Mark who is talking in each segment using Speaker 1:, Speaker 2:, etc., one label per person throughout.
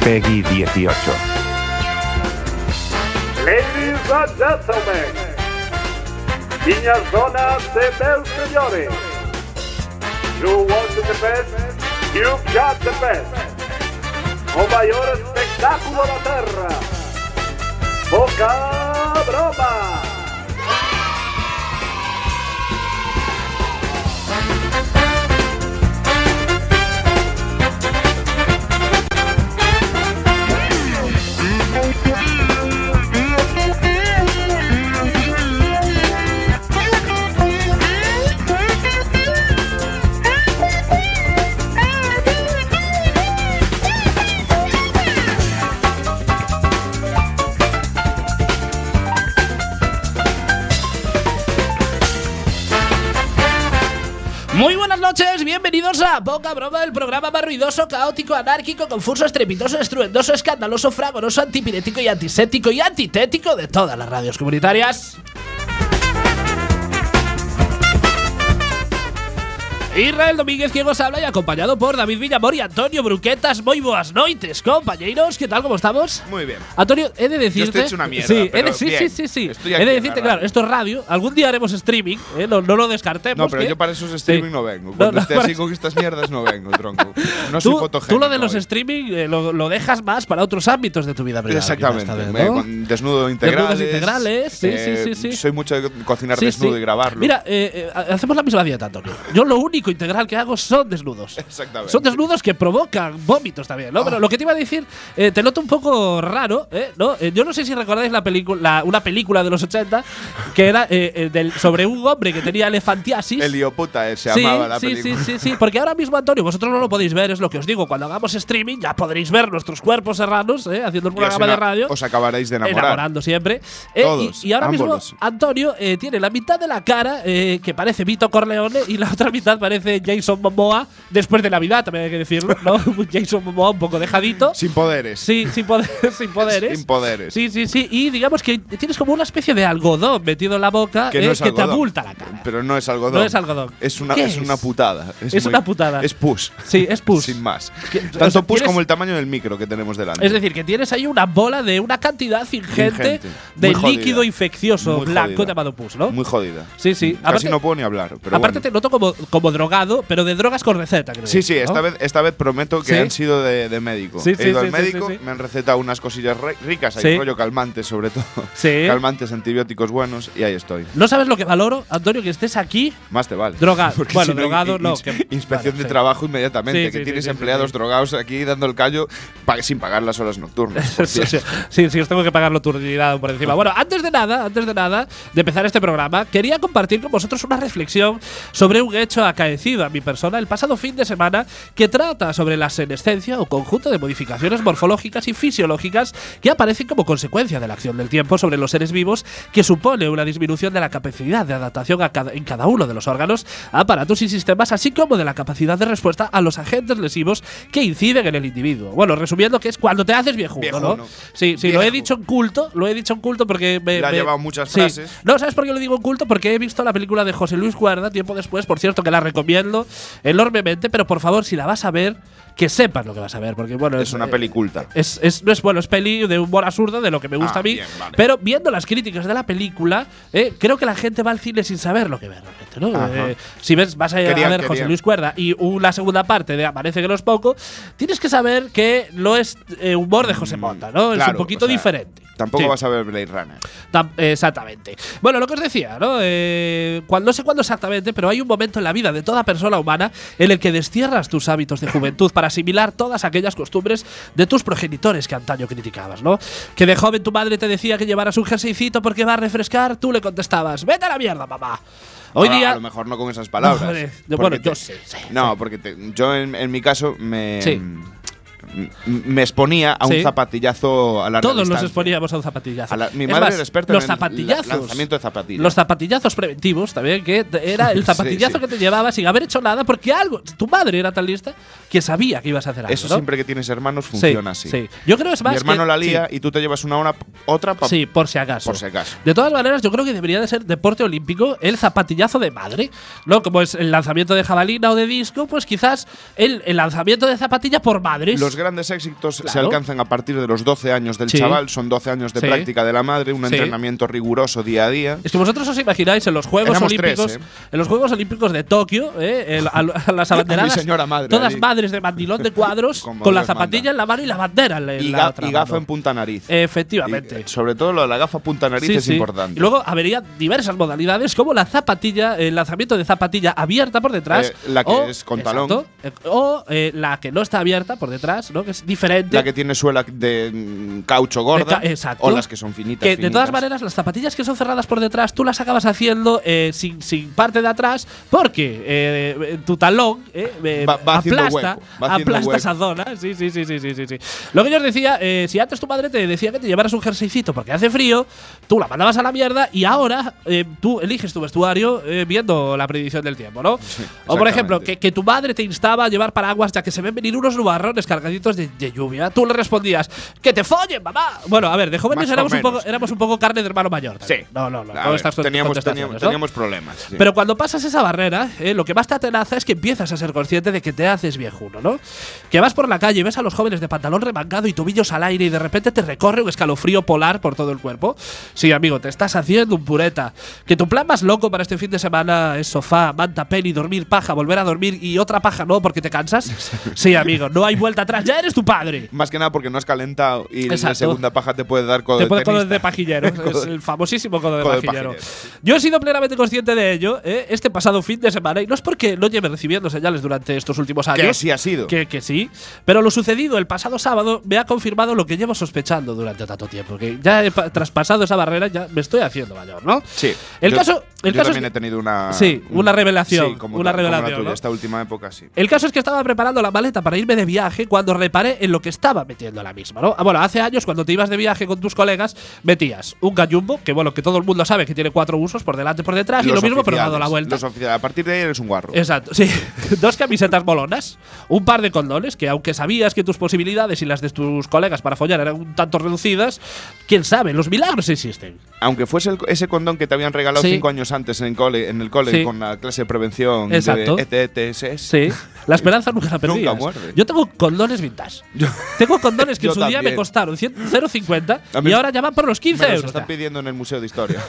Speaker 1: Peggy 18.
Speaker 2: Ladies and gentlemen, niñas, donas y bells señores, you want the best, you've got the best. O mayor espectáculo de la tierra, poca broma.
Speaker 3: Muy buenas noches, bienvenidos a Poca Broma, el programa más ruidoso, caótico, anárquico, confuso, estrepitoso, estruendoso, escandaloso, fragoroso, antipirético y antiséptico y antitético de todas las radios comunitarias. Israel Domínguez, quien os habla y acompañado por David Villamor y Antonio Bruquetas. Muy buenas noches, compañeros. ¿qué tal? ¿Cómo estamos?
Speaker 4: Muy bien.
Speaker 3: Antonio, he de decirte.
Speaker 4: hecho una mierda,
Speaker 3: Sí, he de-
Speaker 4: pero
Speaker 3: sí,
Speaker 4: bien.
Speaker 3: sí, sí, sí.
Speaker 4: Estoy
Speaker 3: he
Speaker 4: aquí,
Speaker 3: de
Speaker 4: la
Speaker 3: decirte,
Speaker 4: verdad.
Speaker 3: claro, esto es radio. Algún día haremos streaming, ¿eh? no, no lo descartemos.
Speaker 4: No, pero
Speaker 3: que-
Speaker 4: yo para esos streaming
Speaker 3: Sí.
Speaker 4: no vengo. Cuando
Speaker 3: no,
Speaker 4: esté
Speaker 3: para-
Speaker 4: así con estas mierdas no vengo, tronco. No soy
Speaker 3: tú,
Speaker 4: fotogénico.
Speaker 3: tú lo de los
Speaker 4: hoy.
Speaker 3: streaming eh, lo, lo dejas más para otros ámbitos de tu vida privada.
Speaker 4: Exactamente.
Speaker 3: quizás,
Speaker 4: me-
Speaker 3: ¿no?
Speaker 4: con desnudo integrales.
Speaker 3: integrales, sí,
Speaker 4: eh,
Speaker 3: sí, sí, sí.
Speaker 4: Soy mucho de cocinar
Speaker 3: Sí,
Speaker 4: desnudo
Speaker 3: sí.
Speaker 4: y grabarlo.
Speaker 3: Mira, eh, eh, ha- hacemos la misma dieta, Antonio. Yo lo único integral que hago son desnudos.
Speaker 4: Exactamente. Ah.
Speaker 3: Son desnudos que provocan vómitos también, ¿no? Pero lo que te iba a decir, eh, te noto un poco raro, ¿eh? ¿No? Eh, yo no sé si recordáis la película, una película de los 80 que era eh, eh, del- sobre un hombre que tenía elefantiasis.
Speaker 4: Helioputa eh, se
Speaker 3: Sí,
Speaker 4: llamaba la
Speaker 3: sí,
Speaker 4: película.
Speaker 3: sí, sí, sí, porque ahora mismo, Antonio, vosotros no lo podéis ver, es lo que os digo. Cuando hagamos streaming ya podréis ver nuestros cuerpos serranos ¿eh? haciendo un
Speaker 4: Y os
Speaker 3: programa de
Speaker 4: ena-
Speaker 3: radio.
Speaker 4: Os acabaréis de enamorar.
Speaker 3: Enamorando siempre. Eh, y-
Speaker 4: Todos,
Speaker 3: y, ahora
Speaker 4: ámbolos.
Speaker 3: mismo Antonio eh, tiene la mitad de la cara eh, que parece Vito Corleone y la otra mitad parece Jason Momoa después de Navidad, también hay que decirlo, ¿no? Jason Momoa un poco dejadito.
Speaker 4: Sin poderes.
Speaker 3: Sí, sin, poder- sin poderes.
Speaker 4: Sin poderes.
Speaker 3: Sí, sí, sí. Y digamos que tienes como una especie de algodón metido en la boca
Speaker 4: Que
Speaker 3: eh,
Speaker 4: no es
Speaker 3: que te
Speaker 4: algodón.
Speaker 3: abulta la cara.
Speaker 4: Pero no es algodón.
Speaker 3: No es algodón.
Speaker 4: Es una,
Speaker 3: ¿Qué
Speaker 4: es una
Speaker 3: es?
Speaker 4: putada.
Speaker 3: Es una putada.
Speaker 4: Es pus.
Speaker 3: Sí, es pus.
Speaker 4: Sin más.
Speaker 3: o sea,
Speaker 4: Tanto pus
Speaker 3: tienes-
Speaker 4: como el tamaño del micro que tenemos delante.
Speaker 3: Es decir, que tienes ahí una bola de una cantidad ingente,
Speaker 4: Ingente.
Speaker 3: de
Speaker 4: Muy jodida.
Speaker 3: líquido infeccioso
Speaker 4: Muy
Speaker 3: blanco
Speaker 4: jodida.
Speaker 3: llamado pus, ¿no?
Speaker 4: Muy jodida.
Speaker 3: Sí, sí.
Speaker 4: Casi
Speaker 3: Aparte-
Speaker 4: no puedo ni hablar. Pero
Speaker 3: Aparte
Speaker 4: bueno.
Speaker 3: te noto como, como drogado, pero de drogas con receta, creo.
Speaker 4: Sí, sí, esta,
Speaker 3: ¿no?
Speaker 4: vez, esta vez prometo que
Speaker 3: ¿Sí?
Speaker 4: han sido de, de médico.
Speaker 3: Sí, sí,
Speaker 4: He ido
Speaker 3: sí,
Speaker 4: al
Speaker 3: sí, sí,
Speaker 4: médico,
Speaker 3: sí.
Speaker 4: me han recetado unas cosillas re- ricas, hay
Speaker 3: Sí.
Speaker 4: rollo calmantes sobre todo.
Speaker 3: Sí.
Speaker 4: Calmantes, antibióticos buenos y ahí estoy.
Speaker 3: No sabes lo que valoro, Antonio, que estés aquí.
Speaker 4: Más te vale.
Speaker 3: Droga-
Speaker 4: Porque
Speaker 3: bueno,
Speaker 4: si
Speaker 3: drogado no,
Speaker 4: ins-
Speaker 3: que-
Speaker 4: inspección
Speaker 3: vale, sí.
Speaker 4: de trabajo inmediatamente,
Speaker 3: Sí,
Speaker 4: que
Speaker 3: sí,
Speaker 4: tienes
Speaker 3: sí, sí,
Speaker 4: empleados
Speaker 3: sí.
Speaker 4: drogados aquí dando el callo pa- sin pagar las horas nocturnas. por
Speaker 3: sí,
Speaker 4: cierto.
Speaker 3: sí, sí, sí, os tengo que pagar la turdidad por encima. Bueno, antes de nada, antes de nada, de empezar este programa, quería compartir con vosotros una reflexión sobre un hecho acaecido a mi persona el pasado fin de semana que trata sobre la senescencia o conjunto de modificaciones morfológicas y fisiológicas que aparecen como consecuencia de la acción del tiempo sobre los seres vivos que supone una disminución de la capacidad de adaptación a cada- en cada uno de los órganos, aparatos y sistemas, así como de la capacidad de respuesta a los agentes lesivos que inciden en el individuo. Bueno, resumiendo que es cuando te haces viejo,
Speaker 4: Viejuno.
Speaker 3: ¿no? Sí, sí, lo he
Speaker 4: Viejo.
Speaker 3: dicho en culto, lo he dicho en culto porque me,
Speaker 4: Le ha
Speaker 3: me-
Speaker 4: llevado muchas
Speaker 3: sí.
Speaker 4: frases.
Speaker 3: No, ¿sabes por qué lo digo en culto? Porque he visto la película de José Luis Guarda tiempo después, por cierto, que la recomiendo enormemente, pero por favor, si la vas a ver, que sepas lo que vas a ver, porque bueno,
Speaker 4: Es una
Speaker 3: eh,
Speaker 4: peliculta.
Speaker 3: es, es- no es bueno, es peli de humor absurdo, de lo que me gusta
Speaker 4: Ah,
Speaker 3: a mí.
Speaker 4: bien, vale.
Speaker 3: Pero viendo las críticas de la película, eh, creo que la gente va al cine sin saber lo que ve realmente, ¿no?
Speaker 4: Ajá.
Speaker 3: Eh, si ves, vas a, a
Speaker 4: Querían-
Speaker 3: ver José
Speaker 4: querían.
Speaker 3: Luis Cuerda y una segunda parte de Aparece que no es poco, tienes que saber que no es eh, humor de José Mota, ¿no? es un
Speaker 4: Claro,
Speaker 3: poquito
Speaker 4: o sea,
Speaker 3: diferente.
Speaker 4: Tampoco
Speaker 3: Sí.
Speaker 4: vas a ver Blade Runner.
Speaker 3: Tam- Exactamente. Bueno, lo que os decía, ¿no? Eh, cuan- no sé cuándo exactamente, pero hay un momento en la vida de toda persona humana en el que destierras tus hábitos de juventud para asimilar todas aquellas costumbres de tus progenitores que antaño criticabas, ¿no? Que de joven tu madre te decía que llevaras un jerseycito porque va a refrescar, tú le contestabas, vete a la mierda, mamá. Hoy
Speaker 4: Ahora,
Speaker 3: día...
Speaker 4: A lo mejor no con esas palabras.
Speaker 3: Joder, yo-
Speaker 4: porque
Speaker 3: bueno, yo
Speaker 4: te-
Speaker 3: sé, sí,
Speaker 4: No, porque te- yo en, en mi caso me.
Speaker 3: Sí.
Speaker 4: m- Me exponía a un
Speaker 3: Sí.
Speaker 4: zapatillazo a la
Speaker 3: Todos nos
Speaker 4: distancia.
Speaker 3: exponíamos a un zapatillazo.
Speaker 4: A la- mi
Speaker 3: Es
Speaker 4: madre
Speaker 3: más,
Speaker 4: era experta
Speaker 3: los
Speaker 4: en el
Speaker 3: zapatillazos,
Speaker 4: la- lanzamiento de zapatillas.
Speaker 3: Los zapatillazos preventivos también, que te- era el zapatillazo
Speaker 4: Sí, sí.
Speaker 3: que te llevaba sin haber hecho nada, porque algo. Tu madre era tan lista que sabía que ibas a hacer algo.
Speaker 4: Eso
Speaker 3: ¿no?
Speaker 4: siempre que tienes hermanos
Speaker 3: Sí,
Speaker 4: funciona así.
Speaker 3: sí. Yo creo es más.
Speaker 4: Mi hermano
Speaker 3: que-
Speaker 4: la lía y tú te llevas una hora, otra
Speaker 3: Sí,
Speaker 4: pa-
Speaker 3: sí, por si acaso.
Speaker 4: por si acaso.
Speaker 3: De todas maneras, yo creo que debería de ser deporte olímpico el zapatillazo de madre, ¿no? Como es el lanzamiento de jabalina o de disco, pues quizás el, el lanzamiento de zapatilla por madres.
Speaker 4: Los grandes éxitos se
Speaker 3: Claro.
Speaker 4: alcanzan a partir de los 12 años del
Speaker 3: Sí.
Speaker 4: chaval, son 12 años de
Speaker 3: Sí.
Speaker 4: práctica de la madre, un
Speaker 3: Sí.
Speaker 4: entrenamiento riguroso día a día.
Speaker 3: Es que vosotros os imagináis en los Juegos
Speaker 4: Éramos
Speaker 3: Olímpicos,
Speaker 4: tres, ¿eh?
Speaker 3: en los Juegos Olímpicos de Tokio, ¿eh? El- a, a las abanderadas,
Speaker 4: Mi señora madre
Speaker 3: todas
Speaker 4: allí.
Speaker 3: madres de mandilón de cuadros,
Speaker 4: Como
Speaker 3: con la
Speaker 4: Dios manda.
Speaker 3: zapatilla en la mano y la bandera en la, en
Speaker 4: Y,
Speaker 3: la
Speaker 4: ga-
Speaker 3: otra
Speaker 4: y gafa
Speaker 3: mano.
Speaker 4: en punta nariz.
Speaker 3: Efectivamente.
Speaker 4: Y, eh, sobre todo lo de la gafa punta nariz
Speaker 3: Sí,
Speaker 4: es
Speaker 3: sí.
Speaker 4: importante.
Speaker 3: Y luego habría diversas modalidades, como la zapatilla, el lanzamiento de zapatilla abierta por detrás.
Speaker 4: Eh, la que
Speaker 3: o-
Speaker 4: es con talón.
Speaker 3: exacto, eh, o eh, la que no está abierta por detrás, ¿no? Que es diferente.
Speaker 4: la que tiene suela de mm, caucho gorda.
Speaker 3: Ca- exacto.
Speaker 4: O las que son finitas.
Speaker 3: Que, de todas
Speaker 4: finitas.
Speaker 3: maneras, las zapatillas que son cerradas por detrás, tú las acabas haciendo eh, sin, sin parte de atrás, porque eh, tu talón eh, eh,
Speaker 4: Va- va haciendo
Speaker 3: aplasta,
Speaker 4: hueco, va haciendo
Speaker 3: aplasta
Speaker 4: hueco.
Speaker 3: esa zona. Sí, sí, sí, sí, sí, sí, sí. Lo que yo os decía, eh, si antes tu madre te decía que te llevaras un jerseycito porque hace frío, tú la mandabas a la mierda y ahora eh, tú eliges tu vestuario eh, viendo la predicción del tiempo, ¿no? o por
Speaker 4: exactamente.
Speaker 3: ejemplo, que, que tu madre te instaba a llevar paraguas ya que se ven venir unos nubarrones cargaditos de, de lluvia, tú le respondías, que te follen, mamá. Bueno, a ver, de jóvenes
Speaker 4: Más o
Speaker 3: éramos un, poco,
Speaker 4: menos.
Speaker 3: éramos un poco carne de hermano mayor.
Speaker 4: Sí.
Speaker 3: también. No, no, no.
Speaker 4: A
Speaker 3: no
Speaker 4: ver,
Speaker 3: estas con-
Speaker 4: teníamos,
Speaker 3: contestaciones,
Speaker 4: teníamos,
Speaker 3: ¿no?
Speaker 4: teníamos problemas. sí.
Speaker 3: Pero cuando pasas esa barrera, eh, lo que más te atenaza es que empiezas a ser consciente de que te haces viejuno, ¿no? Que vas por la calle y ves a los jóvenes de pantalón remangado y tobillos al aire y de repente te recorre un escalofrío polar por todo el cuerpo. Sí, amigo, te estás haciendo un pureta. Que tu plan más loco para este fin de semana es sofá, manta, peli, dormir, paja, volver a dormir y otra paja no porque te cansas. Sí, amigo, no hay vuelta atrás, ya eres tu padre.
Speaker 4: Más que nada porque no has calentado y
Speaker 3: Exacto.
Speaker 4: la segunda paja te puede dar codo
Speaker 3: Te
Speaker 4: de
Speaker 3: puede codo
Speaker 4: tenista.
Speaker 3: de pajillero, es
Speaker 4: Codo-
Speaker 3: el famosísimo codo de
Speaker 4: codo de
Speaker 3: pajillero.
Speaker 4: pajillero, sí.
Speaker 3: Yo he sido plenamente consciente de ello eh, este pasado fin de semana y no es porque no lleve recibiendo señales durante estos últimos años.
Speaker 4: Que sí ha sido.
Speaker 3: Que, que sí, pero lo sucedido el pasado sábado me ha confirmado lo que llevo sospechando durante tanto tiempo, que ya he pa- traspasado esa barrera, ya me estoy haciendo mayor, ¿no?
Speaker 4: Sí.
Speaker 3: El
Speaker 4: Yo-
Speaker 3: caso, el
Speaker 4: yo
Speaker 3: caso es
Speaker 4: también
Speaker 3: que-
Speaker 4: he tenido una.
Speaker 3: Sí, una revelación,
Speaker 4: sí, como
Speaker 3: una
Speaker 4: la- como la
Speaker 3: revelación,
Speaker 4: tuya,
Speaker 3: ¿no?
Speaker 4: Esta última época sí.
Speaker 3: El caso es que estaba preparando la maleta para irme de viaje cuando reparé en lo que estaba metiendo a la misma, ¿no? Ah, Bueno, hace años cuando te ibas de viaje con tus colegas, metías un gallumbo, que bueno, que todo el mundo sabe que tiene cuatro usos por delante y por detrás, y lo
Speaker 4: Los
Speaker 3: mismo pero dado
Speaker 4: oficiales,
Speaker 3: la vuelta.
Speaker 4: los oficiales. A partir de ahí eres un guarro.
Speaker 3: Exacto, sí. Dos camisetas molonas, un par de condones, que aunque sabías que tus posibilidades y las de tus colegas para follar eran un tanto reducidas, quién sabe, los milagros existen.
Speaker 4: Aunque fuese el- ese condón que te habían regalado
Speaker 3: Sí.
Speaker 4: cinco años antes en, cole, en el cole
Speaker 3: Sí.
Speaker 4: con la clase de prevención de E
Speaker 3: Exacto.
Speaker 4: ETTS.
Speaker 3: Sí. La esperanza nunca la perdías.
Speaker 4: Nunca muerde.
Speaker 3: Yo tengo condones vintage. tengo condones que en
Speaker 4: Yo
Speaker 3: su día me
Speaker 4: también.
Speaker 3: costaron 100
Speaker 4: A
Speaker 3: 0,50
Speaker 4: mí
Speaker 3: y ahora ya van por los 15
Speaker 4: Me los
Speaker 3: euros.
Speaker 4: están pidiendo en el Museo de Historia.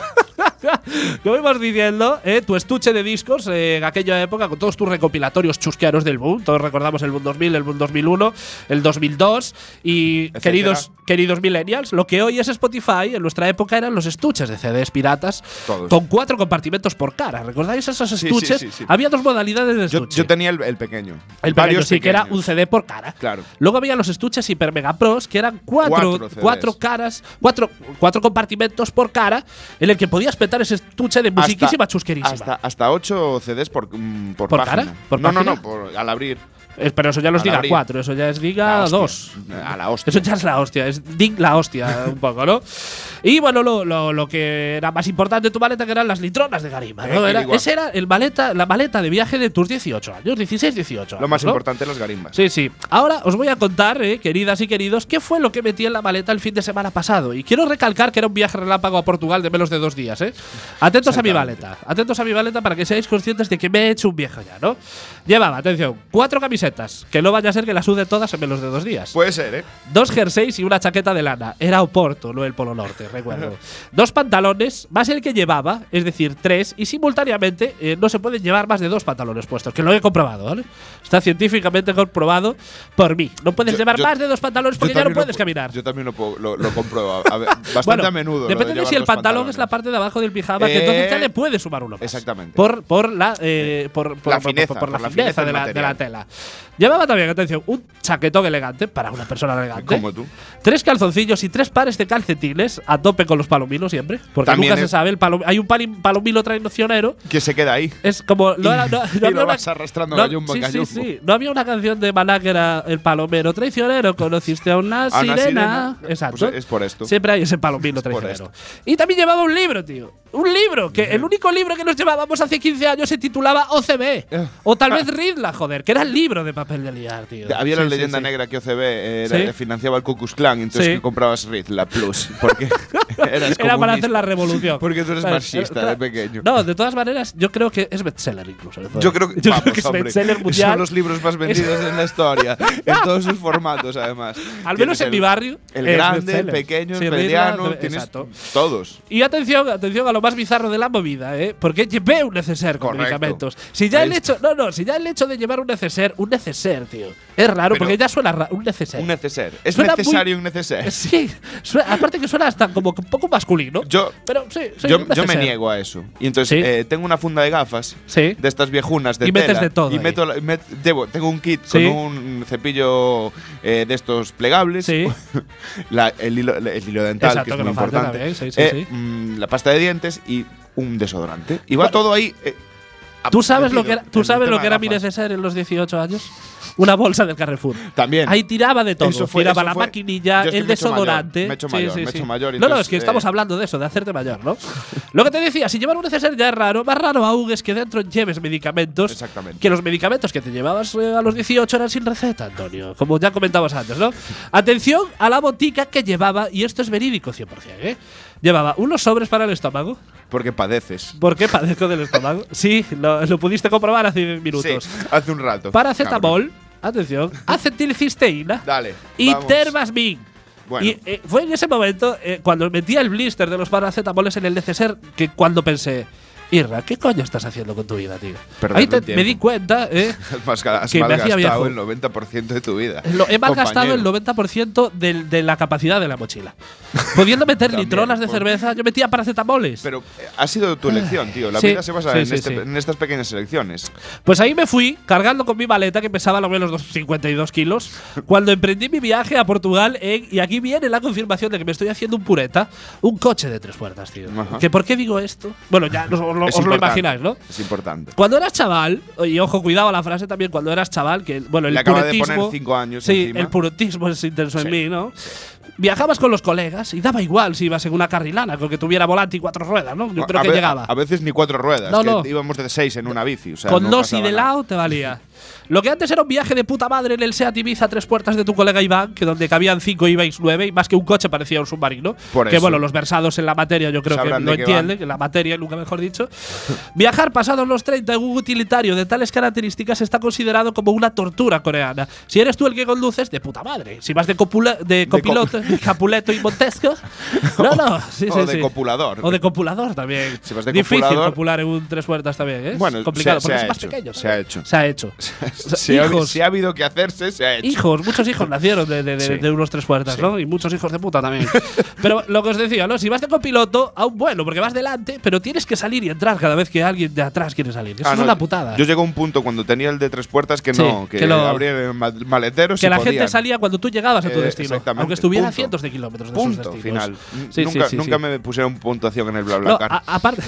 Speaker 3: Como ibas diciendo, eh, tu estuche de discos eh, en aquella época, con todos tus recopilatorios chusquearos del boom, todos recordamos el boom 2000, el boom 2001, el 2002 y
Speaker 4: Etcétera.
Speaker 3: queridos, queridos millennials, lo que hoy es Spotify, en nuestra época eran los estuches de CDs piratas
Speaker 4: Todos.
Speaker 3: con cuatro compartimentos por cara. ¿Recordáis esos
Speaker 4: sí,
Speaker 3: estuches?
Speaker 4: sí, sí.
Speaker 3: Había dos modalidades de
Speaker 4: yo,
Speaker 3: estuche.
Speaker 4: yo tenía el, el pequeño.
Speaker 3: El pequeño
Speaker 4: Varios
Speaker 3: sí que era
Speaker 4: pequeños.
Speaker 3: un CD por cara.
Speaker 4: Claro.
Speaker 3: Luego había los estuches Hiper Mega Pros, que eran cuatro,
Speaker 4: Cuatro CDs.
Speaker 3: cuatro caras, cuatro, cuatro compartimentos por cara, en el que podías petar ese estuche de
Speaker 4: Hasta-
Speaker 3: musiquísima chusquerísima.
Speaker 4: Hasta, hasta 8 CDs por, mm, por,
Speaker 3: ¿Por
Speaker 4: página.
Speaker 3: cara? ¿Por
Speaker 4: no, no,
Speaker 3: página?
Speaker 4: no, por- al abrir.
Speaker 3: Eh, Pero eso ya los
Speaker 4: Al
Speaker 3: diga
Speaker 4: abrir.
Speaker 3: cuatro, eso ya es diga
Speaker 4: La hostia.
Speaker 3: dos.
Speaker 4: A la hostia.
Speaker 3: Eso ya es la hostia, es dig la hostia un poco, ¿no? Y bueno, lo, lo- lo que era más importante de tu maleta que eran las litronas de Garima, ¿no?
Speaker 4: Eh,
Speaker 3: Era-
Speaker 4: igual.
Speaker 3: esa era el maleta, la maleta de viaje de tus 18 años, 16, 18
Speaker 4: Lo
Speaker 3: años,
Speaker 4: más
Speaker 3: ¿no?
Speaker 4: importante, las garimbas.
Speaker 3: Sí, sí. Ahora os voy a contar, eh, queridas y queridos, qué fue lo que metí en la maleta el fin de semana pasado. Y quiero recalcar que era un viaje relámpago a Portugal de menos de dos días, ¿eh? Atentos a mi maleta. Atentos a mi maleta para que seáis conscientes de que me he hecho un viejo ya, ¿no? Llevaba, atención, cuatro camisetas, que no vaya a ser que las sude todas en menos de dos días.
Speaker 4: Puede ser, ¿eh?
Speaker 3: Dos jerseys y una chaqueta de lana. Era Oporto, no el Polo Norte, recuerdo. Dos pantalones, más el que llevaba, es decir, tres, y simultáneamente eh, no se pueden llevar más de dos pantalones puestos, que lo he comprobado, ¿vale? Está científicamente comprobado por mí. No puedes
Speaker 4: Yo-
Speaker 3: llevar
Speaker 4: yo-
Speaker 3: más de dos pantalones porque
Speaker 4: Yo
Speaker 3: ya no
Speaker 4: también lo
Speaker 3: puedes
Speaker 4: pu-
Speaker 3: caminar.
Speaker 4: Yo también lo, puedo- lo, lo compruebo. A ver, bastante
Speaker 3: Bueno,
Speaker 4: a menudo. lo
Speaker 3: Depende de,
Speaker 4: llevar
Speaker 3: si el
Speaker 4: los
Speaker 3: pantalón es
Speaker 4: pantalones.
Speaker 3: la parte de abajo del pijama, que
Speaker 4: Eh,
Speaker 3: entonces ya le puedes sumar uno más.
Speaker 4: exactamente.
Speaker 3: Por, por la, eh, por, por-
Speaker 4: La
Speaker 3: por-
Speaker 4: fineza,
Speaker 3: por, la
Speaker 4: por la
Speaker 3: fineza
Speaker 4: fineza
Speaker 3: de
Speaker 4: del
Speaker 3: la, de la
Speaker 4: material.
Speaker 3: tela. Llevaba también, atención, un chaquetón elegante para una persona elegante.
Speaker 4: Ah, Como tú.
Speaker 3: Tres calzoncillos y tres pares de calcetines a tope con los palominos siempre. Porque
Speaker 4: También
Speaker 3: nunca se
Speaker 4: es-
Speaker 3: sabe. El palo- hay un pali- palomino traicionero.
Speaker 4: Que se queda ahí.
Speaker 3: Es como. No, era- no- no
Speaker 4: Y
Speaker 3: había
Speaker 4: lo
Speaker 3: una-
Speaker 4: vas arrastrando
Speaker 3: no-
Speaker 4: gallumbo en
Speaker 3: sí, sí,
Speaker 4: gallumbo.
Speaker 3: sí. No había una canción de Maná que era el palomero traicionero. Conociste a una,
Speaker 4: A una
Speaker 3: sirena.
Speaker 4: sirena.
Speaker 3: Exacto.
Speaker 4: Pues es por esto.
Speaker 3: Siempre hay ese palomino
Speaker 4: por
Speaker 3: traicionero. Y también llevaba un libro, tío. Un libro, que el único libro que nos llevábamos hace 15 años se titulaba OCB.
Speaker 4: Eh.
Speaker 3: o tal vez Ridla, joder, que era el libro de papel de liar, tío.
Speaker 4: Había la
Speaker 3: Sí, sí,
Speaker 4: leyenda
Speaker 3: sí.
Speaker 4: negra que OCB eh, era-
Speaker 3: Sí.
Speaker 4: financiaba el Ku Klux Klan, entonces
Speaker 3: Sí.
Speaker 4: que comprabas Red, la Plus. Porque eras
Speaker 3: Era para
Speaker 4: comunista.
Speaker 3: hacer la revolución.
Speaker 4: Porque tú eres
Speaker 3: ¿Sabes?
Speaker 4: marxista de pequeño.
Speaker 3: No, de todas maneras, yo creo que es bestseller incluso.
Speaker 4: Yo creo que, vamos,
Speaker 3: es
Speaker 4: hombre,
Speaker 3: bestseller mundial.
Speaker 4: Son los libros más vendidos en la historia. En todos sus formatos, además.
Speaker 3: Al menos
Speaker 4: Tienes
Speaker 3: en
Speaker 4: el-
Speaker 3: mi barrio
Speaker 4: El
Speaker 3: es
Speaker 4: grande, el
Speaker 3: bestseller.
Speaker 4: pequeño,
Speaker 3: Sí,
Speaker 4: el
Speaker 3: Ridla,
Speaker 4: mediano.
Speaker 3: eh,
Speaker 4: Tienes
Speaker 3: exacto.
Speaker 4: todos.
Speaker 3: Y atención, atención a lo más bizarro de la movida, ¿eh? Porque llevé un neceser con
Speaker 4: Correcto.
Speaker 3: medicamentos. Si ya el
Speaker 4: Ahí
Speaker 3: hecho, no, no, si ya el hecho de llevar un neceser, un neceser, tío, es raro
Speaker 4: Pero-
Speaker 3: porque ya suena ra- un neceser.
Speaker 4: Un neceser. Es
Speaker 3: Suena muy-
Speaker 4: necesario un neceser.
Speaker 3: Sí, suena- aparte que suena hasta como que un poco masculino.
Speaker 4: Yo-
Speaker 3: pero sí, soy
Speaker 4: Yo,
Speaker 3: un
Speaker 4: yo me
Speaker 3: neceser.
Speaker 4: niego a eso. Y entonces
Speaker 3: Sí.
Speaker 4: eh, tengo una funda de gafas
Speaker 3: Sí.
Speaker 4: de estas viejunas de
Speaker 3: Y metes
Speaker 4: tela,
Speaker 3: de todo
Speaker 4: Y
Speaker 3: ahí.
Speaker 4: meto, la- met- llevo- tengo un kit
Speaker 3: Sí.
Speaker 4: con un cepillo eh, de estos plegables.
Speaker 3: Sí.
Speaker 4: la- el, hilo, el hilo dental,
Speaker 3: Exacto,
Speaker 4: que es
Speaker 3: que
Speaker 4: muy
Speaker 3: no falta
Speaker 4: importante.
Speaker 3: también, sí, sí,
Speaker 4: eh,
Speaker 3: sí.
Speaker 4: mm, la pasta de dientes y un desodorante. Y va
Speaker 3: Bueno.
Speaker 4: todo ahí. eh,
Speaker 3: ¿Tú sabes lo que era,
Speaker 4: en
Speaker 3: ¿tú
Speaker 4: el
Speaker 3: sabes
Speaker 4: tema
Speaker 3: lo que era
Speaker 4: de
Speaker 3: mi
Speaker 4: gafas.
Speaker 3: neceser en los 18 años? Una bolsa del Carrefour.
Speaker 4: También.
Speaker 3: Ahí tiraba de todo.
Speaker 4: Eso fue-
Speaker 3: tiraba
Speaker 4: eso
Speaker 3: la
Speaker 4: fue-
Speaker 3: maquinilla,
Speaker 4: yo es que
Speaker 3: el
Speaker 4: me he hecho mayor,
Speaker 3: desodorante.
Speaker 4: me he hecho
Speaker 3: Sí,
Speaker 4: mayor,
Speaker 3: sí,
Speaker 4: me he
Speaker 3: sí.
Speaker 4: hecho mayor,
Speaker 3: No, no,
Speaker 4: entonces,
Speaker 3: es que
Speaker 4: eh,
Speaker 3: estamos hablando de eso, de hacerte mayor, ¿no? Lo que te decía, si llevar un neceser ya es raro, más raro aún es que dentro lleves medicamentos.
Speaker 4: Exactamente.
Speaker 3: Que los medicamentos que te llevabas eh, a los 18 eran sin receta, Antonio. Como ya comentabas antes, ¿no? Atención a la botica que llevaba, y esto es verídico 100%, ¿eh? Llevaba unos sobres para el estómago.
Speaker 4: Porque padeces.
Speaker 3: ¿Por qué padezco del estómago? Sí, lo, lo pudiste comprobar hace 10 minutos.
Speaker 4: Sí, hace un rato.
Speaker 3: Paracetamol, atención, acetilcisteína
Speaker 4: Cabrón. Dale.
Speaker 3: y
Speaker 4: vamos.
Speaker 3: Termasmin.
Speaker 4: Bueno.
Speaker 3: Y eh, fue en ese momento, eh, cuando metía el blister de los paracetamoles en el neceser, que cuando pensé, Irra, ¿qué coño estás haciendo con tu vida, tío?
Speaker 4: Perder
Speaker 3: Ahí
Speaker 4: el
Speaker 3: te-
Speaker 4: tiempo.
Speaker 3: me di cuenta, eh,
Speaker 4: Has mal- has
Speaker 3: que me hacía
Speaker 4: malgastado
Speaker 3: viejo.
Speaker 4: el 90% de tu vida.
Speaker 3: Lo he malgastado
Speaker 4: compañero.
Speaker 3: el 90% del- de la capacidad de la mochila. Pudiendo meter
Speaker 4: También,
Speaker 3: litronas de
Speaker 4: por-
Speaker 3: cerveza, yo metía paracetamoles.
Speaker 4: Pero eh, ha sido tu elección, tío. La
Speaker 3: Ah. Sí,
Speaker 4: vida se basa
Speaker 3: sí,
Speaker 4: en,
Speaker 3: sí,
Speaker 4: este-
Speaker 3: sí.
Speaker 4: en estas pequeñas elecciones.
Speaker 3: Pues ahí me fui, cargando con mi maleta que pesaba lo menos 52 kilos, cuando emprendí mi viaje a Portugal. en- y aquí viene la confirmación de que me estoy haciendo un pureta, un coche de tres puertas, tío.
Speaker 4: Ajá.
Speaker 3: ¿Que ¿Por qué digo esto? Bueno, ya os, os lo-
Speaker 4: Es
Speaker 3: os lo
Speaker 4: importante,
Speaker 3: imagináis, ¿no? Pues,
Speaker 4: Es importante.
Speaker 3: Cuando eras chaval, y ojo, cuidado a la frase también, cuando eras chaval, que bueno, el
Speaker 4: Le acaba de
Speaker 3: puretismo.
Speaker 4: poner cinco años
Speaker 3: sí,
Speaker 4: encima.
Speaker 3: el puretismo es intenso en
Speaker 4: Sí.
Speaker 3: mí, ¿no? Viajabas con los colegas y daba igual si ibas en una carrilana, con que tuviera volante y cuatro ruedas, ¿no? Yo creo
Speaker 4: a,
Speaker 3: que
Speaker 4: ve-
Speaker 3: llegaba.
Speaker 4: a veces ni cuatro ruedas.
Speaker 3: No,
Speaker 4: que
Speaker 3: no.
Speaker 4: Íbamos de seis en una bici. o sea,
Speaker 3: Con
Speaker 4: no
Speaker 3: dos y
Speaker 4: pasaba
Speaker 3: de
Speaker 4: nada.
Speaker 3: lado te valía. Lo que antes era un viaje de puta madre en el Seat Ibiza tres puertas de tu colega Iván, que donde cabían cinco ibais nueve, y más que un coche parecía un submarino.
Speaker 4: Por
Speaker 3: que
Speaker 4: eso.
Speaker 3: bueno, los versados en la materia yo creo
Speaker 4: Sabrán
Speaker 3: que lo
Speaker 4: de qué van.
Speaker 3: entienden, en la materia nunca mejor dicho. Viajar pasados los 30 en un utilitario de tales características está considerado como una tortura coreana. Si eres tú el que conduces, de puta madre. Si vas de, copula- de
Speaker 4: co-
Speaker 3: copiloto, Capuleto y Montesco. No, no, sí,
Speaker 4: o
Speaker 3: sí,
Speaker 4: de
Speaker 3: sí.
Speaker 4: copulador.
Speaker 3: O de copulador también.
Speaker 4: Si vas de
Speaker 3: Difícil
Speaker 4: copulador-
Speaker 3: copular en un tres puertas también, ¿eh?
Speaker 4: Bueno,
Speaker 3: es complicado,
Speaker 4: se- se
Speaker 3: porque
Speaker 4: ha
Speaker 3: es más
Speaker 4: hecho,
Speaker 3: pequeño.
Speaker 4: se
Speaker 3: ¿sabes?
Speaker 4: ha hecho.
Speaker 3: Se ha hecho. O
Speaker 4: Si
Speaker 3: sea,
Speaker 4: ha,
Speaker 3: hijos,
Speaker 4: si ha habido que hacerse, se ha hecho.
Speaker 3: hijos, muchos hijos nacieron de, de- de-
Speaker 4: Sí.
Speaker 3: de unos tres puertas, ¿no? Y muchos hijos de puta también. pero lo que os decía, ¿no? Si vas de copiloto, aún bueno, porque vas delante, pero tienes que salir y entrar cada vez que alguien de atrás quiere salir. Eso
Speaker 4: Ah,
Speaker 3: es
Speaker 4: no,
Speaker 3: una putada.
Speaker 4: Yo llegué a un punto cuando tenía el de tres puertas que
Speaker 3: Sí,
Speaker 4: no, que,
Speaker 3: que lo-
Speaker 4: abrían el ma- maletero
Speaker 3: que
Speaker 4: si
Speaker 3: la
Speaker 4: podían.
Speaker 3: gente salía cuando tú llegabas a tu
Speaker 4: Eh,
Speaker 3: destino,
Speaker 4: exactamente.
Speaker 3: aunque estuviera a
Speaker 4: Punto.
Speaker 3: cientos de kilómetros de sus
Speaker 4: Punto
Speaker 3: destinos.
Speaker 4: final. N-
Speaker 3: Sí, sí,
Speaker 4: nunca
Speaker 3: sí,
Speaker 4: nunca
Speaker 3: sí.
Speaker 4: me pusieron puntuación en el bla
Speaker 3: No, ah,
Speaker 4: bla
Speaker 3: a- aparte,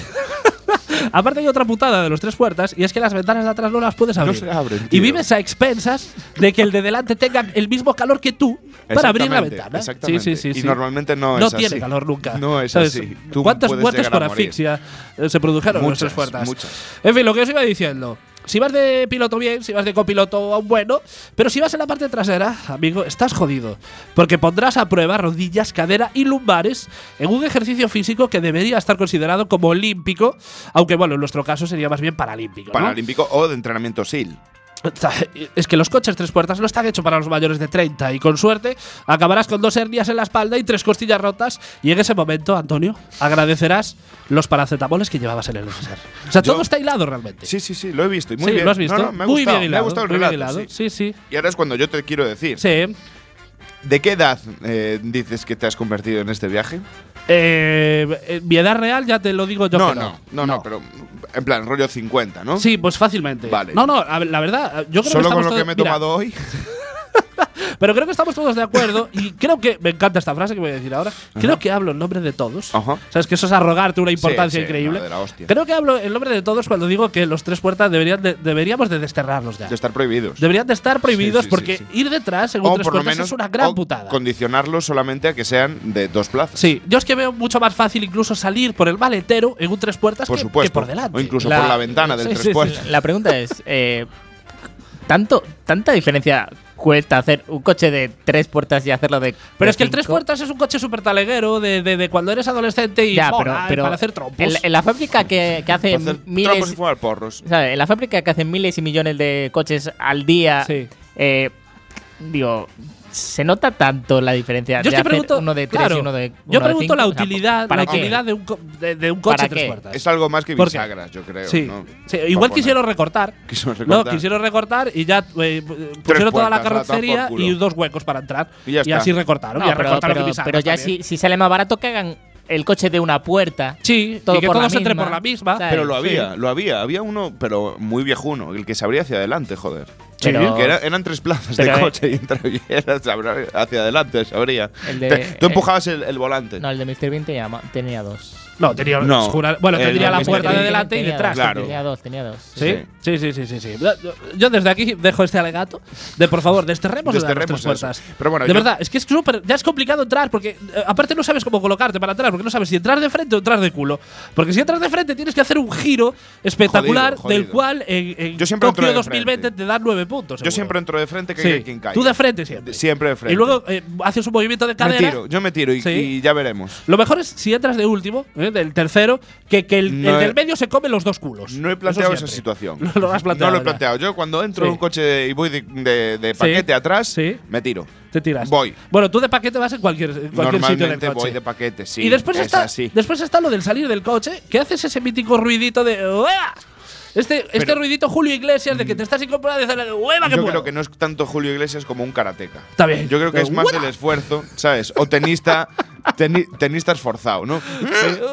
Speaker 3: aparte hay otra putada de los tres puertas y es que las ventanas de atrás no las puedes abrir.
Speaker 4: se abren,
Speaker 3: y
Speaker 4: tío.
Speaker 3: vives a expensas de que el de delante tenga el mismo calor que tú para abrir la ventana.
Speaker 4: Exactamente.
Speaker 3: Sí, sí, sí,
Speaker 4: y
Speaker 3: sí.
Speaker 4: normalmente no,
Speaker 3: No
Speaker 4: es así.
Speaker 3: tiene calor nunca.
Speaker 4: No es
Speaker 3: ¿Sabes?
Speaker 4: así. Tú
Speaker 3: ¿Cuántas
Speaker 4: puedes
Speaker 3: muertes
Speaker 4: llegar
Speaker 3: por
Speaker 4: a morir.
Speaker 3: asfixia eh, se produjeron en los
Speaker 4: Muchas,
Speaker 3: tres puertas?
Speaker 4: muchas.
Speaker 3: En fin, lo que os iba diciendo. Si vas de piloto bien, si vas de copiloto aún bueno, pero si vas en la parte trasera, amigo, estás jodido. Porque pondrás a prueba rodillas, cadera y lumbares en un ejercicio físico que debería estar considerado como olímpico, aunque bueno, en nuestro caso sería más bien paralímpico. ah, ¿no?
Speaker 4: Paralímpico o de entrenamiento SIL.
Speaker 3: Es que los coches tres puertas no están hechos para los mayores de 30 y con suerte acabarás con dos hernias en la espalda y tres costillas rotas y en ese momento, Antonio, agradecerás los paracetamoles que llevabas en el neceser. O sea,
Speaker 4: Yo-
Speaker 3: todo está hilado realmente.
Speaker 4: Sí, sí, sí, lo he visto. Y muy
Speaker 3: Sí,
Speaker 4: bien.
Speaker 3: ¿Lo has visto?
Speaker 4: No, no, me ha
Speaker 3: muy bien
Speaker 4: gustado, me ha
Speaker 3: hilado.
Speaker 4: gustado el
Speaker 3: muy bien
Speaker 4: relato,
Speaker 3: hilado. Sí,
Speaker 4: sí.
Speaker 3: sí.
Speaker 4: Y ahora es cuando yo te quiero decir.
Speaker 3: Sí.
Speaker 4: ¿De qué edad eh, dices que te has convertido en este viaje?
Speaker 3: Eh, eh, mi edad real ya te lo digo yo.
Speaker 4: no,
Speaker 3: que
Speaker 4: no, no, no, pero en plan, rollo 50, ¿no?
Speaker 3: Sí, pues fácilmente.
Speaker 4: Vale.
Speaker 3: No, no, a ver, la verdad, yo creo
Speaker 4: Solo
Speaker 3: que estamos
Speaker 4: con lo que
Speaker 3: todos-
Speaker 4: me he
Speaker 3: mira,
Speaker 4: tomado hoy.
Speaker 3: Pero creo que estamos todos de acuerdo y creo que me encanta esta frase que voy a decir ahora. Creo que hablo en nombre de todos.
Speaker 4: Ajá.
Speaker 3: Sabes que eso es arrogarte una importancia
Speaker 4: sí,
Speaker 3: increíble.
Speaker 4: no, de la hostia.
Speaker 3: creo que hablo en nombre de todos cuando digo que los tres puertas deberían de- deberíamos de desterrarlos ya.
Speaker 4: De estar prohibidos.
Speaker 3: Deberían de estar prohibidos
Speaker 4: sí, sí,
Speaker 3: porque
Speaker 4: sí.
Speaker 3: ir detrás en un
Speaker 4: o
Speaker 3: tres
Speaker 4: por lo
Speaker 3: puertas
Speaker 4: menos
Speaker 3: es una gran
Speaker 4: o
Speaker 3: putada.
Speaker 4: condicionarlos solamente a que sean de dos plazas.
Speaker 3: Sí, yo es que veo mucho más fácil incluso salir por el maletero en un tres puertas
Speaker 4: Por
Speaker 3: que, que
Speaker 4: supuesto.
Speaker 3: por delante.
Speaker 4: O incluso
Speaker 1: La-
Speaker 4: por la ventana del
Speaker 3: sí, sí,
Speaker 4: tres
Speaker 3: sí.
Speaker 4: puertas.
Speaker 1: La pregunta es, eh, ¿tanto, ¿tanta diferencia cuesta hacer un coche de tres puertas y hacerlo de...
Speaker 3: Pero
Speaker 1: de
Speaker 3: es que el tres
Speaker 1: cinco?
Speaker 3: puertas es un coche súper taleguero de, de- de cuando eres adolescente y
Speaker 1: Ya,
Speaker 3: mola,
Speaker 1: pero,
Speaker 3: y
Speaker 1: pero
Speaker 3: para hacer trompos.
Speaker 1: En, la- en la fábrica que, que hace
Speaker 3: eh,
Speaker 4: Para hacer trompos y
Speaker 1: miles...
Speaker 4: fumar porros.
Speaker 1: ¿sabes? En la fábrica que hacen miles y millones de coches al día,
Speaker 3: Sí.
Speaker 1: eh, digo, ¿se nota tanto la
Speaker 3: yo
Speaker 1: diferencia
Speaker 3: es
Speaker 1: de
Speaker 3: que
Speaker 1: hacer
Speaker 3: pregunto,
Speaker 1: uno de tres
Speaker 3: claro,
Speaker 1: y uno de
Speaker 3: yo
Speaker 1: uno de
Speaker 3: pregunto
Speaker 1: cinco?
Speaker 3: la
Speaker 1: O sea,
Speaker 3: utilidad,
Speaker 1: ¿para
Speaker 3: la
Speaker 1: qué?
Speaker 3: utilidad de un, co- de, de un coche
Speaker 1: ¿Para
Speaker 3: tres
Speaker 1: qué?
Speaker 3: puertas.
Speaker 4: Es algo más que
Speaker 3: ¿Por qué?
Speaker 4: bisagras, yo creo.
Speaker 3: Sí.
Speaker 4: eh, ¿no?
Speaker 3: Sí,
Speaker 4: Por
Speaker 3: igual
Speaker 4: poner.
Speaker 3: quisieron recortar.
Speaker 4: Quisieron
Speaker 3: No,
Speaker 4: recortar.
Speaker 3: quisieron recortar y ya eh, pusieron toda la
Speaker 4: puertas, ahora tan por
Speaker 3: carrocería
Speaker 4: culo.
Speaker 3: y dos huecos para entrar.
Speaker 4: Y ya está.
Speaker 3: así recortaron.
Speaker 1: No,
Speaker 3: ya
Speaker 1: pero,
Speaker 3: recortaron
Speaker 1: pero-
Speaker 3: mis
Speaker 1: pero
Speaker 3: armas
Speaker 1: ya
Speaker 3: también.
Speaker 1: si, si sale más barato que hagan el coche de una puerta.
Speaker 3: Sí,
Speaker 1: todo
Speaker 3: y que
Speaker 1: por la
Speaker 3: todos entren
Speaker 1: misma.
Speaker 3: por la misma.
Speaker 1: ¿Sabes?
Speaker 4: Pero lo
Speaker 1: Sí.
Speaker 4: había, lo había. Había uno, pero muy viejuno, el que se abría hacia adelante, joder.
Speaker 1: Sí. Pero-
Speaker 4: Que era- eran tres plazas
Speaker 1: pero,
Speaker 4: de
Speaker 1: eh,
Speaker 4: coche y entraba y era- se abría hacia adelante, se abría.
Speaker 1: El de-
Speaker 4: Te- tú
Speaker 1: eh,
Speaker 4: empujabas el, el volante.
Speaker 1: No, el de Mr. Bean tenía, ma- tenía dos.
Speaker 3: No, tenía.
Speaker 4: No.
Speaker 3: jura- bueno,
Speaker 4: El
Speaker 3: tendría
Speaker 4: de
Speaker 3: la
Speaker 4: Mr.
Speaker 3: puerta de
Speaker 4: Bean
Speaker 3: delante y
Speaker 1: Tenía
Speaker 3: detrás.
Speaker 1: dos,
Speaker 4: Claro.
Speaker 1: Tenía dos, tenía dos.
Speaker 3: ¿Sí? ¿Sí? sí, sí, sí, sí. Yo desde aquí dejo este alegato de por favor, desterremos, lo de las
Speaker 4: Desterremos
Speaker 3: tres puertas.
Speaker 4: eso. Pero bueno,
Speaker 3: de
Speaker 4: yo-
Speaker 3: verdad, es que es súper- ya es complicado entrar porque eh, aparte no sabes cómo colocarte para entrar, porque no sabes si entrar de frente o entrar de culo. Porque si entras de frente tienes que hacer un giro espectacular
Speaker 4: Jodido, jodido.
Speaker 3: del cual en, en
Speaker 4: Yo siempre entro
Speaker 3: Tokio
Speaker 4: de
Speaker 3: 2020
Speaker 4: frente.
Speaker 3: te dan nueve puntos.
Speaker 4: Yo
Speaker 3: seguro.
Speaker 4: siempre entro de frente que
Speaker 3: Sí.
Speaker 4: que quien caiga.
Speaker 3: Tú de frente siempre.
Speaker 4: De- Siempre de frente.
Speaker 3: Y luego eh, haces un movimiento de
Speaker 4: me
Speaker 3: cadera.
Speaker 4: tiro, yo me tiro y,
Speaker 3: Sí.
Speaker 4: y ya veremos.
Speaker 3: Lo mejor es si entras de último, ¿eh? del tercero, que, que el,
Speaker 4: No
Speaker 3: el
Speaker 4: he-
Speaker 3: del medio se come los dos culos.
Speaker 4: No he planteado
Speaker 3: Eso
Speaker 4: esa
Speaker 3: siempre.
Speaker 4: situación.
Speaker 3: No lo has planteado.
Speaker 4: No lo he
Speaker 3: ya.
Speaker 4: planteado. Yo cuando entro
Speaker 3: Sí.
Speaker 4: en un coche y voy de, de- de paquete atrás,
Speaker 3: Sí.
Speaker 4: me tiro.
Speaker 3: Te tiras.
Speaker 4: Voy.
Speaker 3: Bueno, tú de paquete vas en cualquier, en cualquier sitio del
Speaker 4: Normalmente
Speaker 3: coche.
Speaker 4: voy de paquete, sí.
Speaker 3: y después
Speaker 4: es
Speaker 3: está,
Speaker 4: así.
Speaker 3: después está lo del salir del coche, que haces ese mítico ruidito de ¡Uea! Este, este ruidito Julio Iglesias de que te estás incorporando y dices ¡Hueva que
Speaker 4: Mm. Yo
Speaker 3: puedo!
Speaker 4: creo que no es tanto Julio Iglesias como un karateca.
Speaker 3: Está bien.
Speaker 4: Yo creo que
Speaker 3: Pero
Speaker 4: es más
Speaker 3: ¡guau!
Speaker 4: del esfuerzo, ¿sabes? O tenista, teni- tenista esforzado,
Speaker 3: ¿Eh?
Speaker 4: ¿no?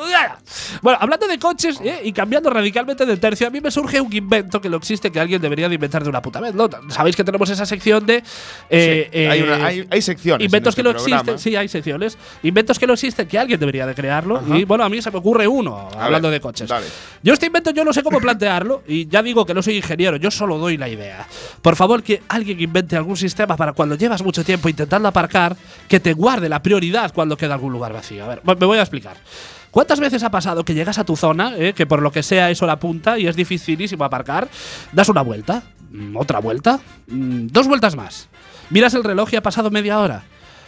Speaker 3: ¡Uea! Bueno, hablando de coches ¿eh? y cambiando radicalmente de tercio, a mí me surge un invento que no existe que alguien debería de inventar de una puta vez. ¿no? Sabéis que tenemos esa sección de. eh,
Speaker 4: Sí, hay,
Speaker 3: eh,
Speaker 4: una- hay- hay secciones.
Speaker 3: Inventos
Speaker 4: en este
Speaker 3: que no
Speaker 4: programa.
Speaker 3: existen, sí, hay secciones. Inventos que no existen, que alguien debería de crearlo. Y bueno, a mí se me ocurre uno, hablando
Speaker 4: ver,
Speaker 3: de coches.
Speaker 4: dale.
Speaker 3: Yo este invento yo no sé cómo plantearlo y ya digo que no soy ingeniero, yo solo doy la idea. Por favor, que alguien invente algún sistema para cuando llevas mucho tiempo intentando aparcar, que te guarde la prioridad cuando queda algún lugar vacío. A ver, me voy a explicar. ¿Cuántas veces ha pasado que llegas a tu zona, eh, que por lo que sea es hora punta y es dificilísimo aparcar, das una vuelta, mm, otra vuelta, mm, dos vueltas más? Miras el reloj y ha pasado media hora.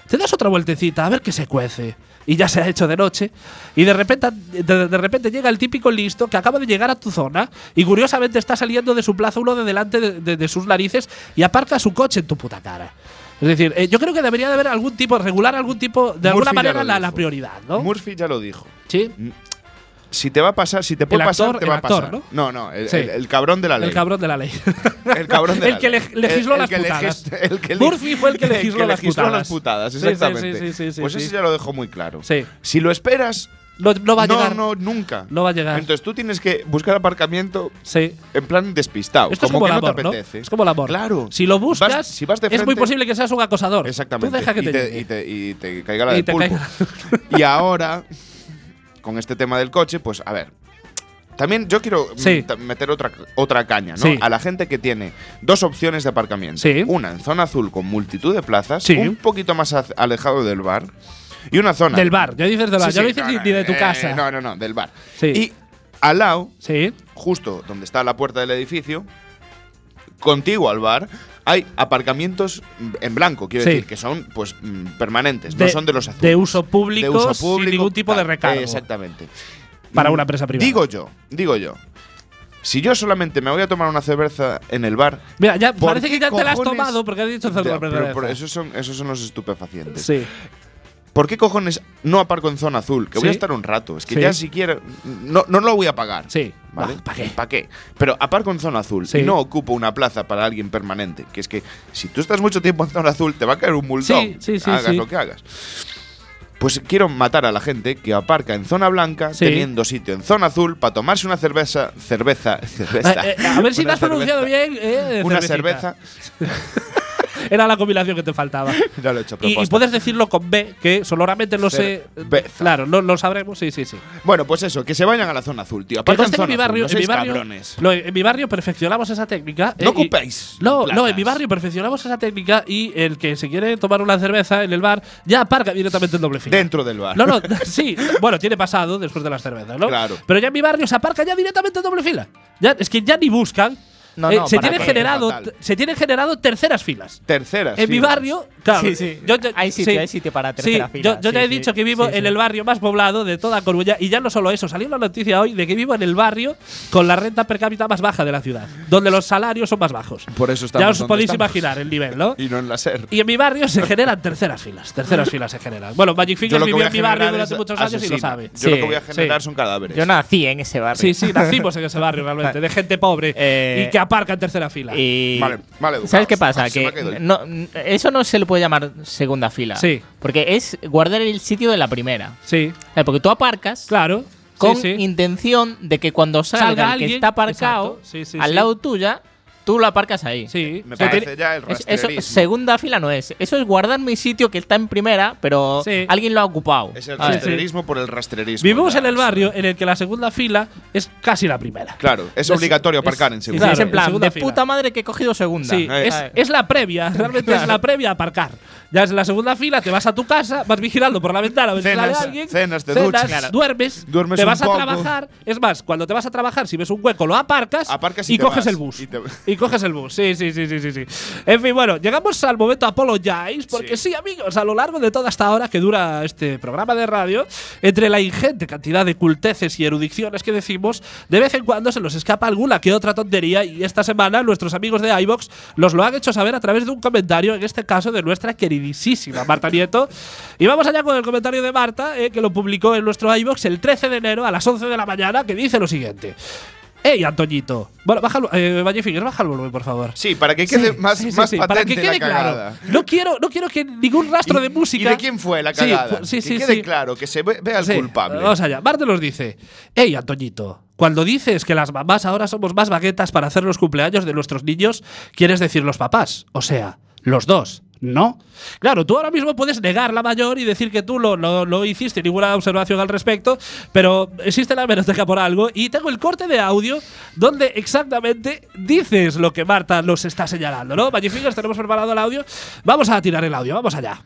Speaker 3: Te das otra vueltecita a ver qué se cuece. Y ya se ha hecho de noche. Y de repente, de, de repente llega el típico listo que acaba de llegar a tu zona. Y curiosamente está saliendo de su plaza uno de delante de, de- de sus narices y aparca su coche en tu puta cara. Es decir, eh, yo creo que debería de haber algún tipo, regular algún tipo, de alguna
Speaker 4: Murphy ya
Speaker 3: manera
Speaker 4: lo
Speaker 3: la, la
Speaker 4: dijo.
Speaker 3: prioridad, ¿no?
Speaker 4: Murphy ya lo dijo.
Speaker 3: sí.
Speaker 4: Si te va a pasar, si te puede
Speaker 3: El actor-
Speaker 4: pasar, te
Speaker 3: el
Speaker 4: va a
Speaker 3: actor,
Speaker 4: pasar.
Speaker 3: ¿no?
Speaker 4: no, el,
Speaker 3: Sí.
Speaker 4: el- el cabrón de la ley.
Speaker 3: El cabrón de la ley.
Speaker 4: El cabrón de
Speaker 3: El
Speaker 4: la
Speaker 3: que
Speaker 4: ley.
Speaker 3: leg- legisló las
Speaker 4: que
Speaker 3: putadas.
Speaker 4: legis- el que leg-
Speaker 3: Murphy fue el que legisló las putadas.
Speaker 4: las putadas,
Speaker 3: Sí, sí, sí,
Speaker 4: exactamente.
Speaker 3: sí, sí, sí,
Speaker 4: pues
Speaker 3: sí.
Speaker 4: eso ya lo dejó muy claro.
Speaker 3: Sí.
Speaker 4: Si lo esperas,
Speaker 3: No, no va a
Speaker 4: no,
Speaker 3: llegar.
Speaker 4: no, nunca.
Speaker 3: No va a llegar.
Speaker 4: Entonces tú tienes que buscar aparcamiento
Speaker 3: Sí.
Speaker 4: en plan despistado.
Speaker 3: Esto
Speaker 4: como,
Speaker 3: es como
Speaker 4: que
Speaker 3: el amor,
Speaker 4: no
Speaker 3: ¿no?
Speaker 4: te apetece.
Speaker 3: Es como el amor.
Speaker 4: Claro.
Speaker 3: Si lo buscas,
Speaker 4: Vas- si vas de
Speaker 3: es muy
Speaker 4: frente-
Speaker 3: posible que seas un acosador.
Speaker 4: Exactamente.
Speaker 3: Tú deja que
Speaker 4: y,
Speaker 3: te,
Speaker 4: te,
Speaker 3: llegue.
Speaker 4: y, te, y te caiga la
Speaker 3: Y
Speaker 4: del
Speaker 3: te
Speaker 4: pulpo. y ahora, con este tema del coche, pues a ver. También yo quiero mm,
Speaker 3: Sí.
Speaker 4: ta- meter otra, otra caña, ¿no?
Speaker 3: Sí.
Speaker 4: A la gente que tiene dos opciones de aparcamiento.
Speaker 3: Sí.
Speaker 4: Una en zona azul con multitud de plazas,
Speaker 3: Sí.
Speaker 4: un poquito más az- alejado del bar, y una zona…
Speaker 3: Del bar. Ya dices del bar.
Speaker 4: Sí,
Speaker 3: ya no
Speaker 4: sí,
Speaker 3: dices
Speaker 4: no,
Speaker 3: ni,
Speaker 4: no,
Speaker 3: ni de tu
Speaker 4: eh,
Speaker 3: casa.
Speaker 4: No, no, no, del bar.
Speaker 3: Sí.
Speaker 4: Y al lado,
Speaker 3: Sí.
Speaker 4: justo donde está la puerta del edificio, contiguo al bar, hay aparcamientos en blanco, quiero
Speaker 3: Sí.
Speaker 4: decir, que son pues mm, permanentes, no son de los azules.
Speaker 3: de uso público,
Speaker 4: De uso
Speaker 3: sin
Speaker 4: público,
Speaker 3: ningún tipo de
Speaker 4: tal,
Speaker 3: recargo.
Speaker 4: eh, Exactamente.
Speaker 3: Para
Speaker 4: Mm,
Speaker 3: una empresa privada.
Speaker 4: Digo yo, digo yo. Si yo solamente me voy a tomar una cerveza en el bar.
Speaker 3: Mira, ya
Speaker 4: ¿por
Speaker 3: parece
Speaker 4: qué
Speaker 3: que ya te la has
Speaker 4: cojones-
Speaker 3: tomado porque has dicho
Speaker 4: Ya,
Speaker 3: cerdo
Speaker 4: pero, pero esos, son, esos son los estupefacientes.
Speaker 3: Sí.
Speaker 4: ¿Por qué cojones no aparco en zona azul? Que voy a
Speaker 3: Sí.
Speaker 4: estar un rato. Es que
Speaker 3: Sí.
Speaker 4: ya siquiera. No, no lo voy a pagar.
Speaker 3: Sí.
Speaker 4: ¿Vale?
Speaker 3: Ah, ¿pa' qué?
Speaker 4: ¿Para qué? Pero aparco en zona azul
Speaker 3: Sí.
Speaker 4: y no ocupo una plaza para alguien permanente. Que es que si tú estás mucho tiempo en zona azul, te va a caer un multón.
Speaker 3: Sí, sí, sí,
Speaker 4: hagas
Speaker 3: sí.
Speaker 4: lo que hagas. Pues quiero matar a la gente que aparca en zona blanca
Speaker 3: Sí.
Speaker 4: teniendo sitio en zona azul para tomarse una cerveza. Cerveza. cerveza
Speaker 3: Eh, eh, a ver si
Speaker 4: Una
Speaker 3: lo has pronunciado
Speaker 4: cerveza.
Speaker 3: bien. eh,
Speaker 4: Una
Speaker 3: cervecita.
Speaker 4: cerveza.
Speaker 3: Era la combinación que te faltaba.
Speaker 4: Ya lo he hecho a
Speaker 3: Y, y
Speaker 4: propósito.
Speaker 3: puedes decirlo con B, que sonoramente no sé.
Speaker 4: Cerveza.
Speaker 3: Claro, lo, lo sabremos, sí, sí, sí.
Speaker 4: Bueno, pues eso, que se vayan a la zona azul, tío.
Speaker 3: Que
Speaker 4: Aparcan
Speaker 3: conste que
Speaker 4: zona
Speaker 3: en mi barrio,
Speaker 4: azul,
Speaker 3: en
Speaker 4: no
Speaker 3: mi
Speaker 4: seáis
Speaker 3: barrio,
Speaker 4: cabrones.
Speaker 3: no, en mi barrio perfeccionamos esa técnica.
Speaker 4: No
Speaker 3: eh, y-
Speaker 4: ocupéis
Speaker 3: No, no, en
Speaker 4: plazas.
Speaker 3: mi barrio perfeccionamos esa técnica y el que se quiere tomar una cerveza en el bar ya aparca directamente en doble fila.
Speaker 4: Dentro del bar.
Speaker 3: No, no, sí. Bueno, tiene pasado después de las cervezas, ¿no?
Speaker 4: Claro.
Speaker 3: Pero ya en mi barrio se aparca ya directamente en doble fila. Ya, es que ya ni buscan.
Speaker 1: No,
Speaker 3: Eh,
Speaker 1: no,
Speaker 3: se,
Speaker 1: ¿para
Speaker 3: tienen
Speaker 1: qué?
Speaker 3: generado,
Speaker 4: Fatal.
Speaker 3: se tienen generado terceras filas.
Speaker 4: Terceras.
Speaker 3: En mi
Speaker 4: filas.
Speaker 3: barrio, claro.
Speaker 1: Sí, sí. Hay sitio, hay sitio para tercera
Speaker 3: sí, Yo,
Speaker 1: fila,
Speaker 3: yo
Speaker 1: sí,
Speaker 3: ya he
Speaker 1: sí,
Speaker 3: dicho que vivo
Speaker 1: sí, sí.
Speaker 3: en el barrio más poblado de toda Coruña y ya no solo eso, salió la noticia hoy de que vivo en el barrio con la renta per cápita más baja de la ciudad, donde los salarios son más bajos.
Speaker 4: Por eso
Speaker 3: Ya
Speaker 4: estamos
Speaker 3: os
Speaker 4: donde
Speaker 3: podéis
Speaker 4: estamos.
Speaker 3: imaginar el nivel, ¿no?
Speaker 4: Y no en la SER.
Speaker 3: Y en mi barrio se generan terceras filas. Terceras filas se generan. Bueno, Magic Fingers
Speaker 4: lo que voy
Speaker 3: vivió
Speaker 4: a
Speaker 3: en mi barrio
Speaker 4: generar
Speaker 3: durante
Speaker 4: es
Speaker 3: muchos años y lo
Speaker 4: asesino.
Speaker 3: sabe.
Speaker 4: Yo lo
Speaker 1: Sí,
Speaker 4: que voy a generar
Speaker 3: sí.
Speaker 4: son cadáveres.
Speaker 1: Yo nací en ese barrio.
Speaker 3: Sí, sí, nacimos en ese barrio realmente, de gente pobre
Speaker 1: Eh,
Speaker 3: y que aparca en tercera fila.
Speaker 4: eh,
Speaker 1: Y
Speaker 4: Vale, vale, educados.
Speaker 3: Ah,
Speaker 1: ¿Sabes qué pasa?
Speaker 4: Se me ha quedado
Speaker 1: Que
Speaker 4: el-
Speaker 1: no, n- eso no se le puede llamar segunda fila.
Speaker 3: Sí.
Speaker 1: Porque es guardar el sitio de la primera.
Speaker 3: sí,
Speaker 1: Eh, Porque tú aparcas
Speaker 3: claro. Sí,
Speaker 1: con
Speaker 3: sí.
Speaker 1: intención de que cuando salga,
Speaker 3: Salga
Speaker 1: el
Speaker 3: alguien,
Speaker 1: que está aparcado
Speaker 3: exacto. Sí, sí,
Speaker 1: al
Speaker 3: sí.
Speaker 1: lado tuya, tú lo aparcas ahí.
Speaker 3: Sí.
Speaker 4: Me
Speaker 1: O sea,
Speaker 4: parece
Speaker 1: tiene-
Speaker 4: ya el
Speaker 1: es- Eso,
Speaker 4: rastrerismo.
Speaker 1: segunda fila no es. Eso es guardar mi sitio que está en primera, pero
Speaker 3: Sí.
Speaker 1: alguien lo ha ocupado.
Speaker 4: Es el
Speaker 1: A ver.
Speaker 4: rastrerismo por el rastrerismo.
Speaker 3: Ah, Vivimos
Speaker 4: ya.
Speaker 3: en el barrio en el que la segunda fila es casi la primera.
Speaker 4: Claro, es obligatorio aparcar en
Speaker 3: es-
Speaker 1: Sí,
Speaker 4: segundo.
Speaker 3: claro,
Speaker 1: es en plan,
Speaker 3: segunda
Speaker 1: de
Speaker 3: fila.
Speaker 1: puta madre que he cogido segunda.
Speaker 3: Sí,
Speaker 4: Eh.
Speaker 3: es, es la previa, realmente es la previa a aparcar. Ya es la segunda fila, te vas a tu casa, vas vigilando por la ventana, a ver si sale
Speaker 4: Cenas-
Speaker 3: alguien,
Speaker 4: cenas, te duchas. Claro.
Speaker 3: duermes,
Speaker 4: Duermes
Speaker 3: te
Speaker 4: un
Speaker 3: vas a
Speaker 4: poco.
Speaker 3: trabajar. Es más, cuando te vas a trabajar, si ves un hueco, lo aparcas,
Speaker 4: Aparcas
Speaker 3: y,
Speaker 4: y te
Speaker 3: coges
Speaker 4: vas.
Speaker 3: el bus. Y,
Speaker 4: Y te-
Speaker 3: coges el bus, sí, sí, sí, sí, sí, sí. En fin, bueno, llegamos al momento Apologize, porque sí. amigos, a lo largo de toda esta hora que dura este programa de radio, entre la ingente cantidad de culteces y erudiciones que decimos, de vez en cuando se nos escapa alguna que otra tontería y esta semana nuestros amigos de iBox nos lo han hecho saber a través de un comentario, en este caso de nuestra queridísima Marta Nieto. Y vamos allá con el comentario de Marta, eh, que lo publicó en nuestro iBox el 13 de enero a las 11 de la mañana, que dice lo siguiente. ¡Ey, Antoñito! Bueno, bájalo, eh, Valle Fingers, baja el volumen, por favor.
Speaker 4: Sí, para que quede
Speaker 3: Sí,
Speaker 4: más,
Speaker 3: sí, sí,
Speaker 4: más
Speaker 3: sí,
Speaker 4: patente
Speaker 3: para que quede
Speaker 4: la cagada.
Speaker 3: claro. No quiero, no quiero que ningún rastro
Speaker 4: ¿Y-
Speaker 3: de música.
Speaker 4: ¿Y de quién fue la
Speaker 3: Sí,
Speaker 4: cagada?
Speaker 3: fu- Sí, sí,
Speaker 4: que quede
Speaker 3: sí.
Speaker 4: claro, que se ve- vea el
Speaker 3: Sí,
Speaker 4: culpable.
Speaker 3: Vamos allá. Marte nos dice: Hey, Antoñito, cuando dices que las mamás ahora somos más baguetas para hacer los cumpleaños de nuestros niños, quieres decir los papás. O sea, los dos. No. Claro, tú ahora mismo puedes negar la mayor y decir que tú no, no- no hiciste ninguna observación al respecto, pero existe la hemeroteca por algo y tengo el corte de audio donde exactamente dices lo que Marta nos está señalando, ¿no? Magnificas, tenemos preparado el audio. Vamos a tirar el audio, vamos allá.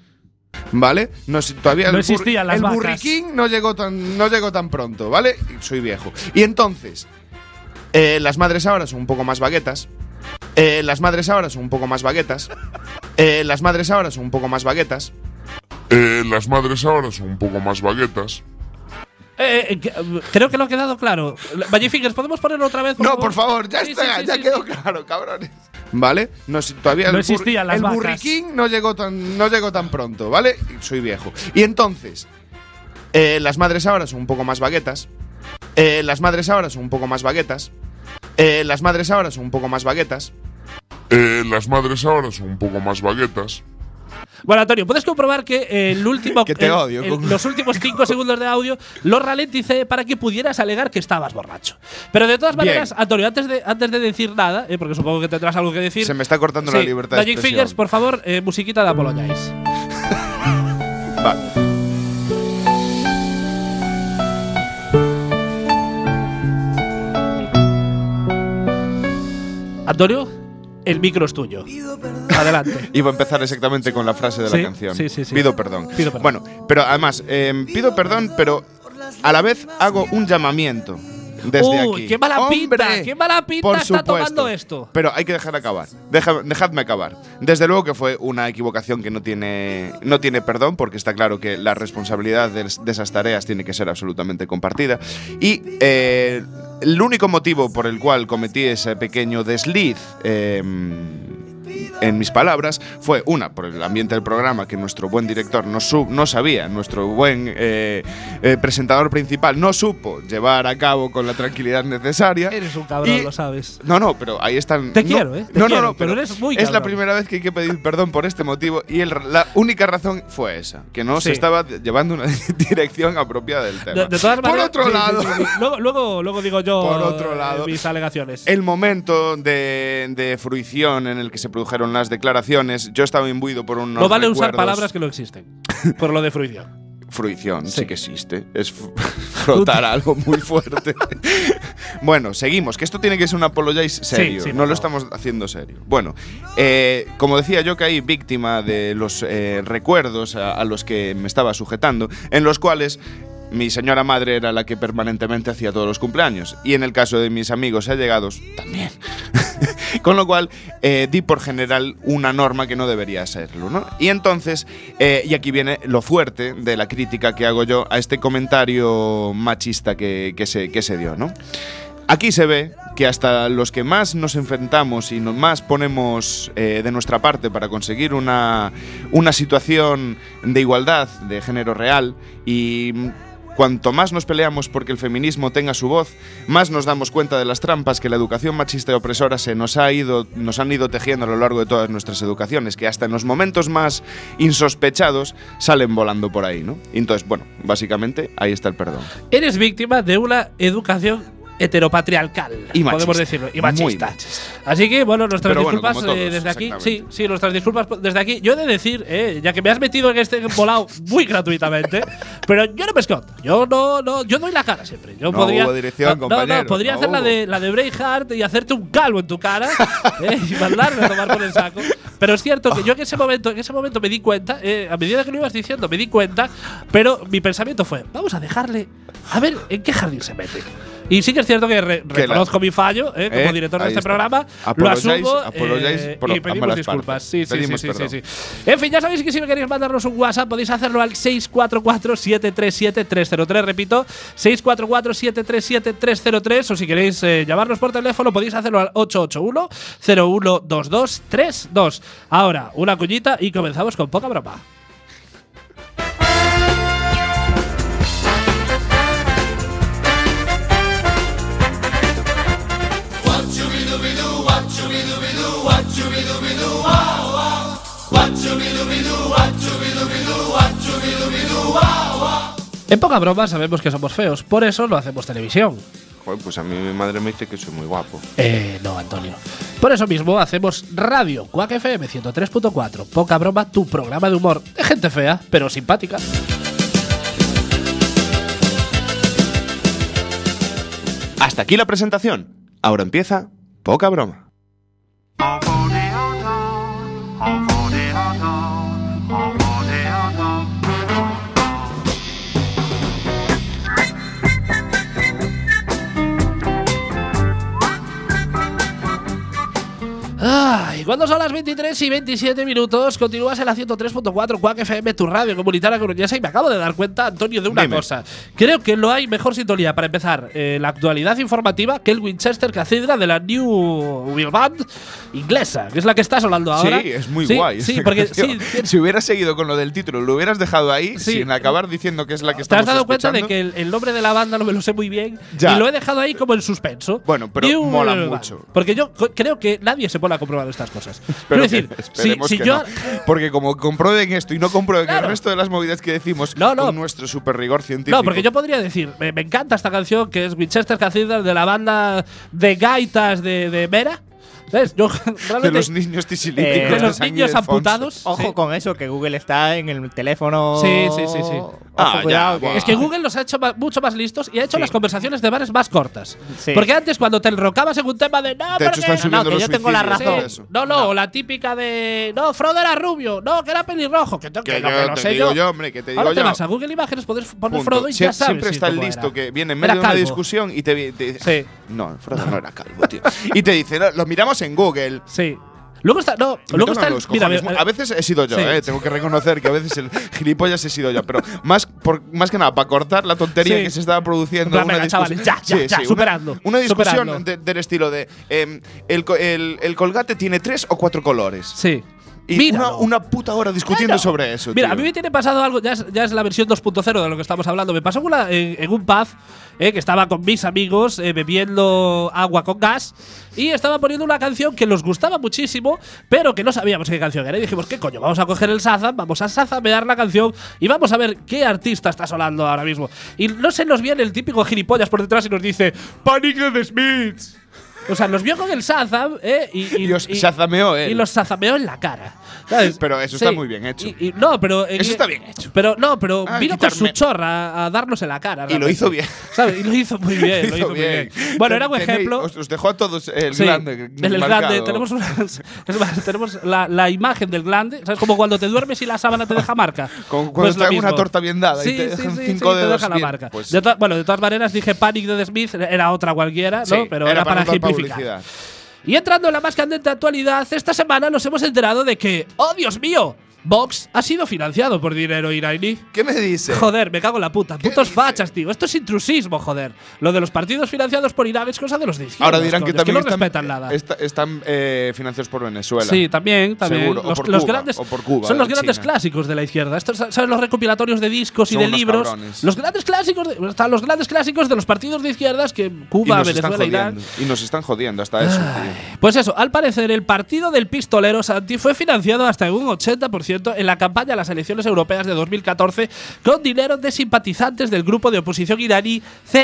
Speaker 5: ¿Vale? No, si- todavía
Speaker 3: No
Speaker 5: el burri-
Speaker 3: existían las
Speaker 5: El
Speaker 3: vacas.
Speaker 5: burriquín no llegó, tan, no llegó tan pronto, ¿vale? Y Soy viejo. Y entonces, eh, las madres ahora son un poco más baguetas. Eh, las madres ahora son un poco más baguetas. Eh, las madres ahora son un poco más baguetas.
Speaker 6: Eh, las madres ahora son un poco más baguetas.
Speaker 3: Eh, eh, que- eh, creo que lo ha quedado claro. Magnificers, ¿podemos ponerlo otra vez?
Speaker 5: No, por favor, ya
Speaker 3: Sí,
Speaker 5: está,
Speaker 3: sí, sí,
Speaker 5: ya
Speaker 3: sí,
Speaker 5: quedó
Speaker 3: sí.
Speaker 5: claro, cabrones. ¿Vale? No, si- todavía
Speaker 3: No
Speaker 5: el burri-
Speaker 3: existían las
Speaker 5: El
Speaker 3: vacas.
Speaker 5: burriquín no llegó, tan, no llegó tan pronto, ¿vale? Y Soy viejo. Y entonces, eh, las madres ahora son un poco más baguetas. Eh, las madres ahora son un poco más baguetas. Eh, las madres ahora son un poco más baguetas.
Speaker 6: Eh, las madres ahora son un poco más baguetas.
Speaker 3: Bueno, Antonio, ¿puedes comprobar que eh, el último,
Speaker 4: Que te
Speaker 3: el-
Speaker 4: odio,
Speaker 3: el-
Speaker 4: Cucu.
Speaker 3: los últimos cinco segundos de audio lo ralenticé para que pudieras alegar que estabas borracho? Pero de todas maneras, Antonio, antes de, antes de decir nada, eh, porque supongo que tendrás algo que decir.
Speaker 4: Se me está cortando la
Speaker 3: Sí,
Speaker 4: libertad de
Speaker 3: Magic
Speaker 4: expresión.
Speaker 3: Fingers, por favor, eh, musiquita de Apologize.
Speaker 4: Vale.
Speaker 3: Antonio, el micro es tuyo. Adelante.
Speaker 4: Iba a empezar exactamente con la frase de
Speaker 3: Sí,
Speaker 4: la canción.
Speaker 3: sí, sí, sí.
Speaker 4: Pido perdón.
Speaker 3: Pido perdón.
Speaker 4: Bueno, pero además, eh, pido perdón, pero a la vez hago un llamamiento desde
Speaker 3: Uy,
Speaker 4: aquí.
Speaker 3: qué mala
Speaker 4: ¡Hombre!
Speaker 3: pinta, qué mala pinta
Speaker 4: Por
Speaker 3: está
Speaker 4: supuesto.
Speaker 3: tomando esto.
Speaker 4: Pero hay que dejar acabar. Deja- dejadme acabar. Desde luego que fue una equivocación que no tiene, no tiene perdón, porque está claro que la responsabilidad de, de esas tareas tiene que ser absolutamente compartida. Y eh, el único motivo por el cual cometí ese pequeño desliz. eh, en mis palabras, fue una, por el ambiente del programa que nuestro buen director no, su- no sabía, nuestro buen eh, eh, presentador principal no supo llevar a cabo con la tranquilidad necesaria.
Speaker 3: Eres un cabrón,
Speaker 4: Y-
Speaker 3: lo sabes.
Speaker 4: No, no, pero ahí están.
Speaker 3: Te
Speaker 4: no,
Speaker 3: quiero, ¿eh? Te
Speaker 4: no,
Speaker 3: quiero,
Speaker 4: no, no,
Speaker 3: pero eres muy
Speaker 4: Es
Speaker 3: cabrón.
Speaker 4: la primera vez que hay que pedir perdón por este motivo y el- la única razón fue esa, que no
Speaker 3: Sí.
Speaker 4: se estaba llevando una dirección apropiada del tema.
Speaker 3: De, de todas
Speaker 4: por
Speaker 3: maneras-
Speaker 4: otro
Speaker 3: sí, sí,
Speaker 4: lado.
Speaker 3: sí, sí. Luego, luego, luego digo yo
Speaker 4: Por otro
Speaker 3: eh,
Speaker 4: lado.
Speaker 3: mis alegaciones.
Speaker 4: El momento de, de fruición en el que se se produjeron las declaraciones. Yo estaba imbuido por un.
Speaker 3: No vale usar palabras que no existen. por lo de fruición.
Speaker 4: Fruición, sí.
Speaker 3: Sí.
Speaker 4: que existe. Es fr- frotar algo muy fuerte. bueno, seguimos, que esto tiene que ser un apologize serio.
Speaker 3: sí, por
Speaker 4: no lo
Speaker 3: favor.
Speaker 4: estamos haciendo serio. Bueno, eh, como decía yo, caí víctima de los eh, recuerdos a, a los que me estaba sujetando, en los cuales. Mi señora madre era la que permanentemente hacía todos los cumpleaños. Y en el caso de mis amigos y allegados, también. Con lo cual, eh, di por general una norma que no debería serlo, ¿no? Y entonces, eh, y aquí viene lo fuerte de la crítica que hago yo a este comentario machista que, que se, que se dio, ¿no? Aquí se ve que hasta los que más nos enfrentamos y no- más ponemos eh, de nuestra parte para conseguir una, una situación de igualdad de género real y mm, cuanto más nos peleamos porque el feminismo tenga su voz, más nos damos cuenta de las trampas que la educación machista y opresora se nos ha ido, nos han ido tejiendo a lo largo de todas nuestras educaciones, que hasta en los momentos más insospechados salen volando por ahí, ¿no? Y entonces, bueno, básicamente ahí está el perdón.
Speaker 3: Eres víctima de una educación heteropatriarcal,
Speaker 4: Y
Speaker 3: podemos
Speaker 4: machista.
Speaker 3: decirlo, y
Speaker 4: Muy
Speaker 3: machista. Así que, bueno, nuestras
Speaker 4: Pero bueno,
Speaker 3: disculpas
Speaker 4: como todos,
Speaker 3: eh, desde aquí. Sí,
Speaker 4: exactamente.
Speaker 3: sí, nuestras disculpas desde aquí. Yo he de decir, eh, ya que me has metido en este volado muy gratuitamente, pero yo no me escondo. Yo no, no, yo doy la cara siempre. Yo
Speaker 4: No
Speaker 3: podría,
Speaker 4: hubo dirección,
Speaker 3: no, no,
Speaker 4: compañero,
Speaker 3: no, podría
Speaker 4: no
Speaker 3: hacer la
Speaker 4: hubo.
Speaker 3: de, la de Braveheart y hacerte un calvo en tu cara eh, y mandarme a tomar por el saco. Pero es cierto que yo en ese momento, en ese momento me di cuenta, eh, a medida que lo ibas diciendo, me di cuenta, pero mi pensamiento fue, vamos a dejarle, a ver en qué jardín se mete. Y sí que es cierto que re-
Speaker 4: Que la-
Speaker 3: reconozco mi fallo eh, como
Speaker 4: Eh,
Speaker 3: director de
Speaker 4: ahí
Speaker 3: este
Speaker 4: está.
Speaker 3: programa.
Speaker 4: Apologize-
Speaker 3: lo asumo
Speaker 4: apologize
Speaker 3: eh,
Speaker 4: por
Speaker 3: y pedimos
Speaker 4: ambas
Speaker 3: disculpas.
Speaker 4: partes.
Speaker 3: Sí, sí,
Speaker 4: Pedimos
Speaker 3: sí, sí,
Speaker 4: perdón.
Speaker 3: sí, sí. En fin, ya sabéis que si me queréis mandarnos un WhatsApp podéis hacerlo al 644-737-303. Repito, 644-737-303. O si queréis eh, llamarnos por teléfono podéis hacerlo al 881-012232. Ahora, una cuñita y comenzamos con poca broma. En poca broma sabemos que somos feos, por eso no hacemos televisión.
Speaker 4: Joder, pues a mí mi madre me dice que soy muy guapo.
Speaker 3: Eh, no, Antonio. Por eso mismo hacemos radio, Quack FM 103.4. Poca broma, tu programa de humor. De gente fea, pero simpática.
Speaker 4: Hasta aquí la presentación. Ahora empieza poca broma.
Speaker 3: Ay, cuando son las 23 y 27 minutos, continúas en la 103.4 Quack FM, tu radio comunitaria coruñesa. Y me acabo de dar cuenta, Antonio, de una
Speaker 4: Dime.
Speaker 3: cosa. Creo que no hay mejor sintonía para empezar eh, la actualidad informativa que el Winchester Cathedral de la New Will Band inglesa, que es la que está sonando ahora.
Speaker 4: Sí, es muy
Speaker 3: Sí,
Speaker 4: guay.
Speaker 3: Sí,
Speaker 4: esa
Speaker 3: porque sí,
Speaker 4: canción. si hubieras seguido con lo del título, lo hubieras dejado ahí
Speaker 3: Sí.
Speaker 4: sin acabar diciendo que es la que
Speaker 3: ¿Te
Speaker 4: estamos
Speaker 3: has dado cuenta de
Speaker 4: escuchando.
Speaker 3: que el, el nombre de la banda no me lo sé muy bien?
Speaker 4: Ya.
Speaker 3: Y lo he dejado ahí como en suspenso.
Speaker 4: Bueno, pero
Speaker 3: New
Speaker 4: mola
Speaker 3: Band.
Speaker 4: mucho.
Speaker 3: Porque yo co- creo que nadie se pone a comprobar estas cosas.
Speaker 4: Pero
Speaker 3: Quiero decir,
Speaker 4: que-
Speaker 3: si,
Speaker 4: esperemos
Speaker 3: si
Speaker 4: que
Speaker 3: yo.
Speaker 4: no. Porque como comprueben esto y no comprueben
Speaker 3: Claro.
Speaker 4: el resto de las movidas que decimos
Speaker 3: No, no.
Speaker 4: con nuestro super rigor científico.
Speaker 3: No, porque yo podría decir, me, me encanta esta canción que es Winchester Cathedral de la banda de gaitas de, de Vera. ¿Sabes? Yo
Speaker 4: de
Speaker 3: realmente.
Speaker 4: los niños tisilíticos.
Speaker 1: Eh, de
Speaker 4: de
Speaker 3: los
Speaker 4: sangre
Speaker 3: niños
Speaker 4: de Alfonso.
Speaker 3: amputados.
Speaker 1: Ojo
Speaker 3: Sí.
Speaker 1: con eso, que Google está en el teléfono.
Speaker 3: Sí, sí, sí, sí.
Speaker 1: Ojo,
Speaker 4: Ah, ya,
Speaker 1: cuidado,
Speaker 4: buah.
Speaker 3: Es que Google los ha hecho ma- mucho más listos y ha hecho
Speaker 1: Sí.
Speaker 3: las conversaciones de bares más cortas.
Speaker 1: Sí.
Speaker 3: Porque antes, cuando te enrocabas en un tema de. No,
Speaker 4: De hecho,
Speaker 3: porque-
Speaker 4: están subiendo
Speaker 1: que
Speaker 4: los
Speaker 1: yo tengo la
Speaker 4: suicidios
Speaker 1: razón.
Speaker 4: por eso.
Speaker 3: No, no, o la típica de. No, Frodo era rubio. No, que era pelirrojo. Que, no, que
Speaker 4: Que
Speaker 3: no,
Speaker 4: yo
Speaker 3: que no
Speaker 4: te
Speaker 3: sé
Speaker 4: digo
Speaker 3: yo.
Speaker 4: yo, hombre, que te digo
Speaker 3: Ahora te
Speaker 4: yo.
Speaker 3: vas a Google Imágenes, puedes poner
Speaker 4: Punto.
Speaker 3: Frodo y
Speaker 4: Sie-
Speaker 3: ya sabes.
Speaker 4: Siempre
Speaker 3: sí,
Speaker 4: está el
Speaker 3: cómo
Speaker 4: listo
Speaker 3: era.
Speaker 4: que viene en
Speaker 3: Era
Speaker 4: medio de una
Speaker 3: calvo.
Speaker 4: discusión y te, vi- te dice.
Speaker 3: Sí.
Speaker 4: No, Frodo no era calvo, tío. y te dice, "No, lo miramos en Google.
Speaker 3: Sí. Luego está. No,
Speaker 4: Me
Speaker 3: luego
Speaker 4: tocan
Speaker 3: está el.
Speaker 4: los
Speaker 3: Mira,
Speaker 4: cojones.
Speaker 3: mira,
Speaker 4: a veces he sido yo,
Speaker 3: Sí.
Speaker 4: eh, tengo que reconocer que a veces el gilipollas he sido yo, pero más, por, más que nada para cortar la tontería
Speaker 3: Sí.
Speaker 4: que se estaba
Speaker 3: En
Speaker 4: produciendo.
Speaker 3: plan,
Speaker 4: una
Speaker 3: venga,
Speaker 4: discusión-
Speaker 3: chavales, ya, ya, ya,
Speaker 4: una-
Speaker 3: superadlo,
Speaker 4: Una, discusión
Speaker 3: superadlo.
Speaker 4: de- del estilo de em, el, co- el- el colgate tiene tres o cuatro colores.
Speaker 3: Sí.
Speaker 4: Y una,
Speaker 3: Míralo.
Speaker 4: una puta hora discutiendo
Speaker 3: Claro.
Speaker 4: sobre eso.
Speaker 3: Mira,
Speaker 4: tío.
Speaker 3: a mí me tiene pasado algo, ya es, ya es la versión 2.0 de lo que estamos hablando. Me pasó con la- en, en un pub eh, que estaba con mis amigos eh, bebiendo agua con gas y estaba poniendo una canción que nos gustaba muchísimo, pero que no sabíamos qué canción era. Y dijimos, ¿qué coño? Vamos a coger el Shazam, vamos a Shazamear la canción y vamos a ver qué artista está sonando ahora mismo. Y no se nos viene el típico gilipollas por detrás y nos dice, ¡Panic de Smiths! O sea, los vio con el Shazam, ¿eh? Y, y-
Speaker 4: Y los
Speaker 3: y-
Speaker 4: shazameó él.
Speaker 3: y los Shazameó en la cara. ¿sabes?
Speaker 4: Pero eso está muy bien hecho.
Speaker 3: Y- y- no, pero. eh,
Speaker 4: Eso
Speaker 3: que-
Speaker 4: está bien hecho.
Speaker 3: Pero no, pero
Speaker 4: Ah,
Speaker 3: vino con
Speaker 4: quitarme-
Speaker 3: su chorra a, a darnos en la cara.
Speaker 4: Y lo
Speaker 3: realmente.
Speaker 4: hizo bien.
Speaker 3: ¿Sabes? Y lo hizo muy bien. lo hizo muy bien. Bueno, era un
Speaker 4: Tenéis-
Speaker 3: ejemplo.
Speaker 4: Os, os dejó a todos el
Speaker 3: Sí,
Speaker 4: glande.
Speaker 3: el
Speaker 4: marcado.
Speaker 3: glande. Tenemos, unas- es más, tenemos la, la imagen del glande. ¿Sabes? Como cuando te duermes y la sábana te deja marca.
Speaker 4: Con-
Speaker 3: Pues
Speaker 4: cuando te
Speaker 3: lo
Speaker 4: hago una
Speaker 3: mismo.
Speaker 4: torta bien dada y
Speaker 3: Sí,
Speaker 4: te
Speaker 3: sí,
Speaker 4: dejan
Speaker 3: sí,
Speaker 4: cinco
Speaker 3: sí, te
Speaker 4: dedos
Speaker 3: deja la
Speaker 4: bien,
Speaker 3: marca.
Speaker 4: pues-
Speaker 3: De to- bueno, de todas maneras, dije Panic de The Smith, era otra cualquiera,
Speaker 4: Sí,
Speaker 3: ¿no? Pero era, para,
Speaker 4: no dar
Speaker 3: ejemplificar. Y entrando en la más candente actualidad, esta semana nos hemos enterado de que, ¡oh Dios mío! Vox ha sido financiado por dinero iraní.
Speaker 4: ¿Qué me dices?
Speaker 3: Joder, me cago en la puta. Putos
Speaker 4: dices?
Speaker 3: fachas, tío. Esto es intrusismo, joder. Lo de los partidos financiados por Irán es cosa de los de izquierda.
Speaker 4: Ahora dirán que también
Speaker 3: no
Speaker 4: están,
Speaker 3: respetan nada.
Speaker 4: esta- están eh, financiados por Venezuela.
Speaker 3: Sí, también, también.
Speaker 4: Seguro, o
Speaker 3: Los,
Speaker 4: por
Speaker 3: los
Speaker 4: Cuba,
Speaker 3: grandes,
Speaker 4: o por Cuba,
Speaker 3: son los
Speaker 4: de
Speaker 3: grandes
Speaker 4: China.
Speaker 3: clásicos de la izquierda. Estos son son los recopilatorios de discos y
Speaker 4: Son
Speaker 3: de
Speaker 4: unos
Speaker 3: libros.
Speaker 4: cabrones.
Speaker 3: Los grandes clásicos, de, están los grandes clásicos de los partidos de izquierdas que
Speaker 4: y
Speaker 3: Cuba,
Speaker 4: nos están
Speaker 3: Venezuela, Irán.
Speaker 4: jodiendo. Y nos están jodiendo hasta eso, tío.
Speaker 3: Pues eso, al parecer el partido del pistolero Santi fue financiado hasta en un 80% en la campaña a las elecciones europeas de 2014 con dinero de simpatizantes del grupo de oposición iraní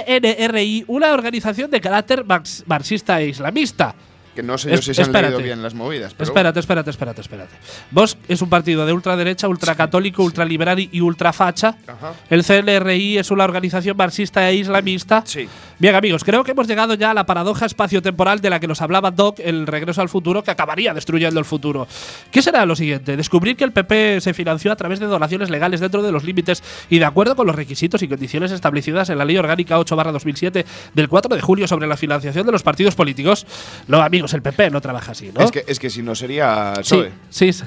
Speaker 3: CNRI, una organización de carácter marx- marxista e islamista.
Speaker 4: Que no sé yo
Speaker 3: Es-
Speaker 4: si se han
Speaker 3: espérate.
Speaker 4: leído bien las movidas. Pero
Speaker 3: Espérate, espérate, espérate, espérate. Vos es un partido de ultraderecha, ultracatólico, ultraliberal y ultrafacha.
Speaker 4: Ajá.
Speaker 3: El CNRI es una organización marxista e islamista.
Speaker 4: Sí.
Speaker 3: Bien, amigos, creo que hemos llegado ya a la paradoja espaciotemporal de la que nos hablaba Doc, el regreso al futuro, que acabaría destruyendo el futuro. ¿Qué será lo siguiente? Descubrir que el PP se financió a través de donaciones legales dentro de los límites y de acuerdo con los requisitos y condiciones establecidas en la Ley Orgánica 8-2007 del 4 de julio sobre la financiación de los partidos políticos. No, amigos, el PP no trabaja así, ¿no?
Speaker 4: Es que, es que si no sería
Speaker 3: Sí,
Speaker 4: PSOE.
Speaker 3: sí. sí.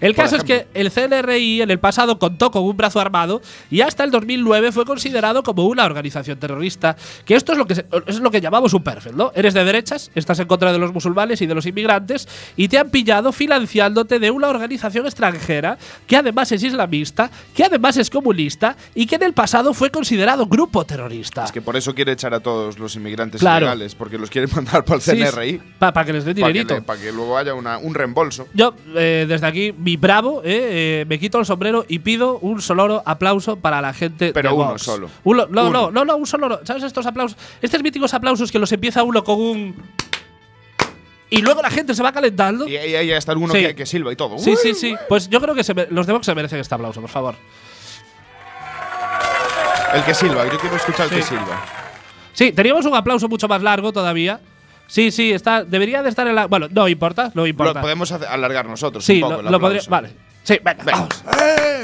Speaker 3: el
Speaker 4: Por
Speaker 3: caso es que el CNRI en el pasado contó con un brazo armado y hasta el 2009 fue considerado como una organización terrorista. Que esto es lo que, se- es lo que llamamos un perfil, ¿no? Eres de derechas, estás en contra de los musulmanes y de los inmigrantes y te han pillado financiándote de una organización extranjera que además es islamista, que además es comunista y que en el pasado fue considerado grupo terrorista.
Speaker 4: Es que por eso quiere echar a todos los inmigrantes
Speaker 3: Claro.
Speaker 4: ilegales, porque los quiere mandar para el CNRI.
Speaker 3: Para que les dé
Speaker 4: Para que,
Speaker 3: dinerito.
Speaker 4: le- pa' que luego haya una- un reembolso.
Speaker 3: Yo, eh, desde aquí, mi bravo, eh, eh, me quito el sombrero y pido un soloro aplauso para la gente
Speaker 4: Pero
Speaker 3: de
Speaker 4: uno
Speaker 3: Vox.
Speaker 4: solo.
Speaker 3: Uno- no,
Speaker 4: Uno.
Speaker 3: no, no, no, un soloro. ¿Sabes estos aplausos? Estos míticos aplausos que los empieza uno con un… Y luego la gente se va calentando.
Speaker 4: Y ahí ahí está alguno
Speaker 3: Sí.
Speaker 4: que, que silba y todo.
Speaker 3: Sí, sí, sí. Pues yo creo que se me- los de Vox se merecen este aplauso, por favor.
Speaker 4: El que silba, yo quiero escuchar el que
Speaker 3: Sí.
Speaker 4: silba.
Speaker 3: Sí, teníamos un aplauso mucho más largo todavía. Sí, sí, está, debería de estar en la… Bueno, no importa, no
Speaker 4: Lo
Speaker 3: importa.
Speaker 4: podemos hacer- alargar nosotros
Speaker 3: sí,
Speaker 4: un poco.
Speaker 3: lo,
Speaker 4: el
Speaker 3: lo podría…
Speaker 4: aplauso.
Speaker 3: Vale. Sí, venga,
Speaker 4: Venga.
Speaker 3: vamos.
Speaker 4: ¡Eh!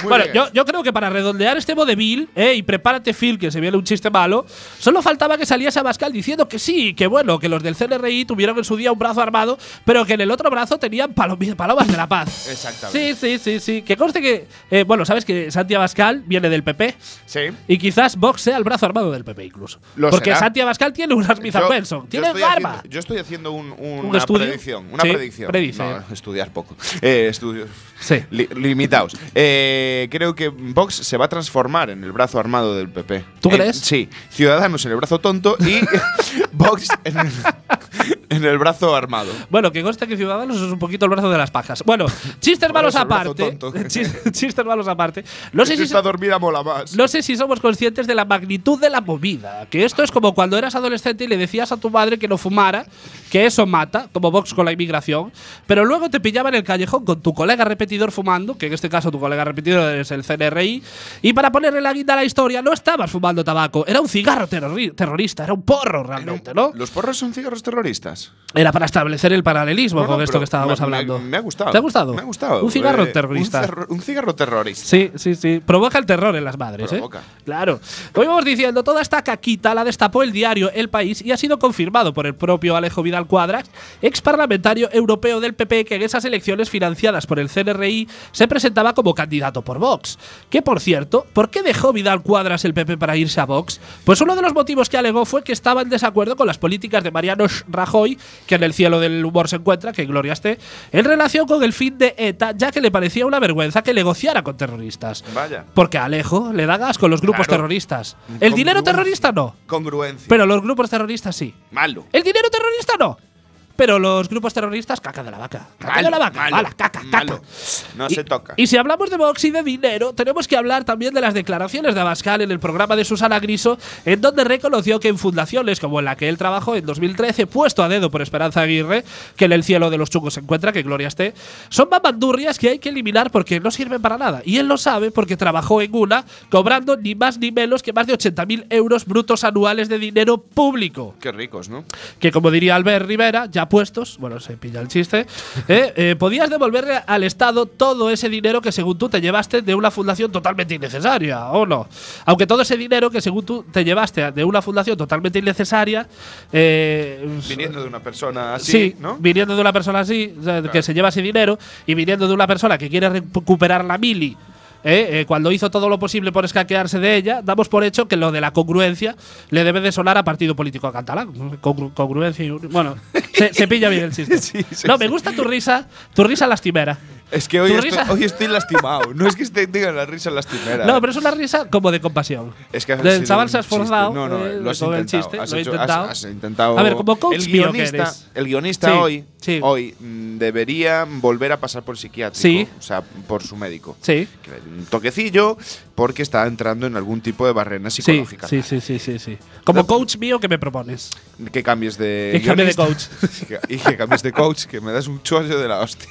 Speaker 4: Muy
Speaker 3: bueno,
Speaker 4: bien.
Speaker 3: yo, yo creo que para redondear este vodevil, eh, y prepárate, Phil, que se viene un chiste malo, solo faltaba que saliese Abascal diciendo que sí, que bueno, que los del CNRI tuvieron en su día un brazo armado, pero que en el otro brazo tenían palomi- palomas de la paz.
Speaker 4: Exactamente.
Speaker 3: Sí, sí, sí, sí. Que conste que, eh, bueno, sabes que Santi Abascal viene del PP.
Speaker 4: Sí.
Speaker 3: Y quizás Vox sea el brazo armado del PP incluso.
Speaker 4: Lo
Speaker 3: Porque
Speaker 4: será.
Speaker 3: Santi Abascal tiene un Smith
Speaker 4: Yo-
Speaker 3: Benson.
Speaker 4: yo
Speaker 3: Tiene
Speaker 4: estoy
Speaker 3: barba.
Speaker 4: haciendo- yo estoy haciendo un- un-
Speaker 3: ¿Un
Speaker 4: una
Speaker 3: estudio?
Speaker 4: predicción. Una
Speaker 3: Sí,
Speaker 4: predicción.
Speaker 3: predice.
Speaker 4: No, estudiar poco. Eh, estudios
Speaker 3: Sí.
Speaker 4: li- limitados. Eh, creo que Vox se va a transformar en el brazo armado del PP.
Speaker 3: ¿Tú
Speaker 4: Eh,
Speaker 3: crees?
Speaker 4: sí. Ciudadanos en el brazo tonto y Vox en el, en el brazo armado.
Speaker 3: Bueno, que conste que Ciudadanos es un poquito el brazo de las pajas. Bueno, chistes
Speaker 4: Por
Speaker 3: malos
Speaker 4: eso, el brazo
Speaker 3: aparte.
Speaker 4: tonto.
Speaker 3: chis- chistes malos aparte. No sé,
Speaker 4: Esta
Speaker 3: si,
Speaker 4: está dormida mola más.
Speaker 3: no sé si somos conscientes de la magnitud de la movida. Que esto es como cuando eras adolescente y le decías a tu madre que no fumara, que eso mata, como Vox con la inmigración. Pero luego te pillaba en el callejón con tu colega repetidor fumando, que en este caso tu colega repetidor es el CNRI. Y para ponerle la guinda a la historia, no estabas fumando tabaco, era un cigarro terrori- terrorista, era un porro realmente, ¿no?
Speaker 4: ¿Los porros son cigarros terroristas?
Speaker 3: Era para establecer el paralelismo
Speaker 4: No, no,
Speaker 3: con esto
Speaker 4: pero
Speaker 3: que estábamos
Speaker 4: me- me-
Speaker 3: hablando.
Speaker 4: Me, ha gustado.
Speaker 3: ¿Te ha gustado?
Speaker 4: Me ha gustado.
Speaker 3: Un cigarro
Speaker 4: Eh, un
Speaker 3: terrorista.
Speaker 4: cerro- Un, cigarro terrorista.
Speaker 3: Sí, sí, sí. Provoca el terror en las madres,
Speaker 4: Provoca.
Speaker 3: ¿eh? Claro. Como íbamos diciendo, toda esta caquita la destapó el diario El País y ha sido confirmado por el propio Alejo Vidal Cuadras, ex parlamentario europeo del PP, que en esas elecciones financiadas por el CNRI se presentaba como candidato por Vox. Que, por cierto, ¿por qué dejó Vidal Cuadras el PP para irse a Vox? Pues uno de los motivos que alegó fue que estaba en desacuerdo con las políticas de Mariano Rajoy, que en el cielo del humor se encuentra, que en gloria esté, en relación con el fin de ETA, ya que le parecía una vergüenza que negociara con terroristas.
Speaker 4: Vaya.
Speaker 3: Porque a Alejo le da gas con los grupos
Speaker 4: Claro.
Speaker 3: terroristas. El dinero
Speaker 4: Congruencia.
Speaker 3: terrorista no,
Speaker 4: Congruencia.
Speaker 3: pero los grupos terroristas sí.
Speaker 4: Malo.
Speaker 3: El dinero terrorista no, pero los grupos terroristas, caca de la vaca. Caca de la vaca, mala, caca, caca.
Speaker 4: malo. No
Speaker 3: Y-
Speaker 4: se toca.
Speaker 3: Y si hablamos de Vox y de dinero, tenemos que hablar también de las declaraciones de Abascal en el programa de Susana Griso, en donde reconoció que en fundaciones como en la que él trabajó en 2013, puesto a dedo por Esperanza Aguirre, que en el cielo de los chungos se encuentra, que gloria esté, son mamandurrias que hay que eliminar porque no sirven para nada. Y él lo sabe porque trabajó en una, cobrando ni más ni menos que más de 80.000 euros brutos anuales de dinero público
Speaker 4: Qué ricos, ¿no?
Speaker 3: que como diría Albert Rivera, ya puestos, bueno, se pilla el chiste, eh, eh, podías devolverle al Estado todo ese dinero que según tú te llevaste de una fundación totalmente innecesaria, ¿o no? Aunque todo ese dinero que según tú te llevaste de una fundación totalmente innecesaria, eh,
Speaker 4: Viniendo de una persona así,
Speaker 3: sí,
Speaker 4: ¿no?
Speaker 3: viniendo de una persona así, o sea, que se lleva ese dinero, y viniendo de una persona que quiere recuperar la mili. eh, eh, cuando hizo todo lo posible por escaquearse de ella, damos por hecho que lo de la congruencia le debe de sonar a partido político catalán. Congru- congruencia y uni- Bueno, se, se pilla bien el chiste.
Speaker 4: Sí, sí,
Speaker 3: no, me
Speaker 4: sí.
Speaker 3: gusta tu risa, tu risa lastimera.
Speaker 4: Es que hoy
Speaker 3: ¿Tu
Speaker 4: estoy,
Speaker 3: risa?
Speaker 4: hoy estoy lastimado. no es que esté, tenga la risa lastimera.
Speaker 3: No, pero es una risa como de compasión.
Speaker 4: Es que has
Speaker 3: el
Speaker 4: sido
Speaker 3: chaval
Speaker 4: un
Speaker 3: se ha
Speaker 4: chiste.
Speaker 3: esforzado.
Speaker 4: No, no,
Speaker 3: eh,
Speaker 4: lo has
Speaker 3: con
Speaker 4: intentado.
Speaker 3: el chiste,
Speaker 4: has
Speaker 3: lo he
Speaker 4: hecho- has-
Speaker 3: intentado.
Speaker 4: has intentado-
Speaker 3: A ver, como coach
Speaker 4: el
Speaker 3: pío que
Speaker 4: guionista,
Speaker 3: eres.
Speaker 4: el guionista
Speaker 3: Sí,
Speaker 4: hoy,
Speaker 3: sí.
Speaker 4: hoy mm, debería volver a pasar por psiquiátrico.
Speaker 3: Sí.
Speaker 4: O sea, por su médico.
Speaker 3: Sí.
Speaker 4: Que le dé Un toquecillo porque está entrando en algún tipo de barrena
Speaker 3: Sí,
Speaker 4: psicológica.
Speaker 3: sí, sí, sí, sí, sí. Como coach mío que me propones.
Speaker 4: Que cambies de.
Speaker 3: Que cambie de
Speaker 4: guionista. y que cambies de coach, que me das un chollo de la hostia.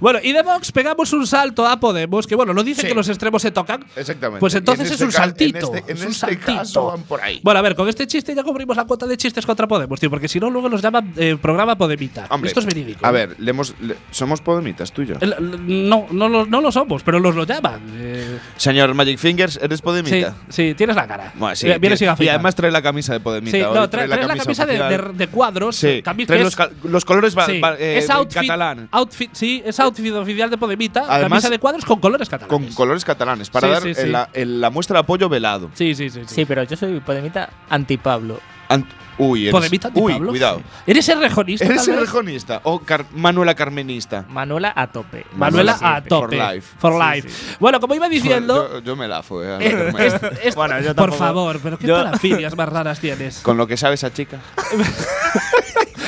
Speaker 3: Bueno, y de Vox pegamos un salto a Podemos, que bueno, no dicen
Speaker 4: Sí.
Speaker 3: que los extremos se tocan.
Speaker 4: Exactamente.
Speaker 3: Pues
Speaker 4: Y en
Speaker 3: entonces
Speaker 4: este
Speaker 3: es un
Speaker 4: ca- en
Speaker 3: saltito.
Speaker 4: este- en
Speaker 3: es un
Speaker 4: este
Speaker 3: saltito.
Speaker 4: caso van por ahí.
Speaker 3: Bueno, a ver, con este chiste ya cubrimos la cuota de chistes contra Podemos, tío, porque si no, luego los llaman eh, programa Podemita.
Speaker 4: Hombre,
Speaker 3: Esto es verídico.
Speaker 4: A ver, le hemos- le- somos podemitas tú y yo.
Speaker 3: El- el- no, no lo, no lo somos, pero los lo llaman. Eh,
Speaker 4: Señor Magic Fingers, ¿eres
Speaker 3: sí,
Speaker 4: podemita?
Speaker 3: sí, tienes la cara.
Speaker 4: Bueno, sí,
Speaker 3: Eh, Vienes sin
Speaker 4: tiene- y
Speaker 3: afeitar.
Speaker 4: además trae la camisa de Podemita.
Speaker 3: Sí,
Speaker 4: hoy,
Speaker 3: no, trae, trae la camisa de,
Speaker 4: oficial.
Speaker 3: de- de cuadros.
Speaker 4: Sí,
Speaker 3: también
Speaker 4: trae
Speaker 3: que
Speaker 4: los,
Speaker 3: es-
Speaker 4: ca- los colores va-
Speaker 3: sí,
Speaker 4: va- eh,
Speaker 3: es
Speaker 4: de
Speaker 3: outfit,
Speaker 4: catalán.
Speaker 3: outfit- sí, es outfit oficial de Podemita.
Speaker 4: Además-
Speaker 3: camisa de cuadros con colores
Speaker 4: Con
Speaker 3: catalanes.
Speaker 4: colores catalanes, para
Speaker 3: Sí,
Speaker 4: dar
Speaker 3: sí,
Speaker 4: eh,
Speaker 3: sí.
Speaker 4: La, el- la muestra de apoyo velado.
Speaker 3: sí, sí, sí, sí.
Speaker 1: Sí, pero yo soy Podemita anti-Pablo.
Speaker 4: Ant- uy, eres-
Speaker 3: Podemita
Speaker 4: uy,
Speaker 3: anti-Pablo.
Speaker 4: cuidado.
Speaker 3: ¿Eres errejonista?
Speaker 4: ¿Eres
Speaker 3: tal vez?
Speaker 4: errejonista o car- Manuela Carmenista?
Speaker 1: Manuela a tope.
Speaker 3: Manuela
Speaker 4: Manuela
Speaker 3: a
Speaker 4: sí,
Speaker 3: tope.
Speaker 4: for life.
Speaker 3: For
Speaker 4: Sí,
Speaker 3: life. Bueno, como iba diciendo.
Speaker 4: Yo, yo me la fue. a la
Speaker 3: eh, es-
Speaker 4: Carmenista.
Speaker 3: es-
Speaker 1: Bueno, yo
Speaker 3: por
Speaker 1: tampoco-
Speaker 3: favor, pero qué
Speaker 1: yo-
Speaker 3: parafilias más raras tienes.
Speaker 4: Con lo que sabe esa chica.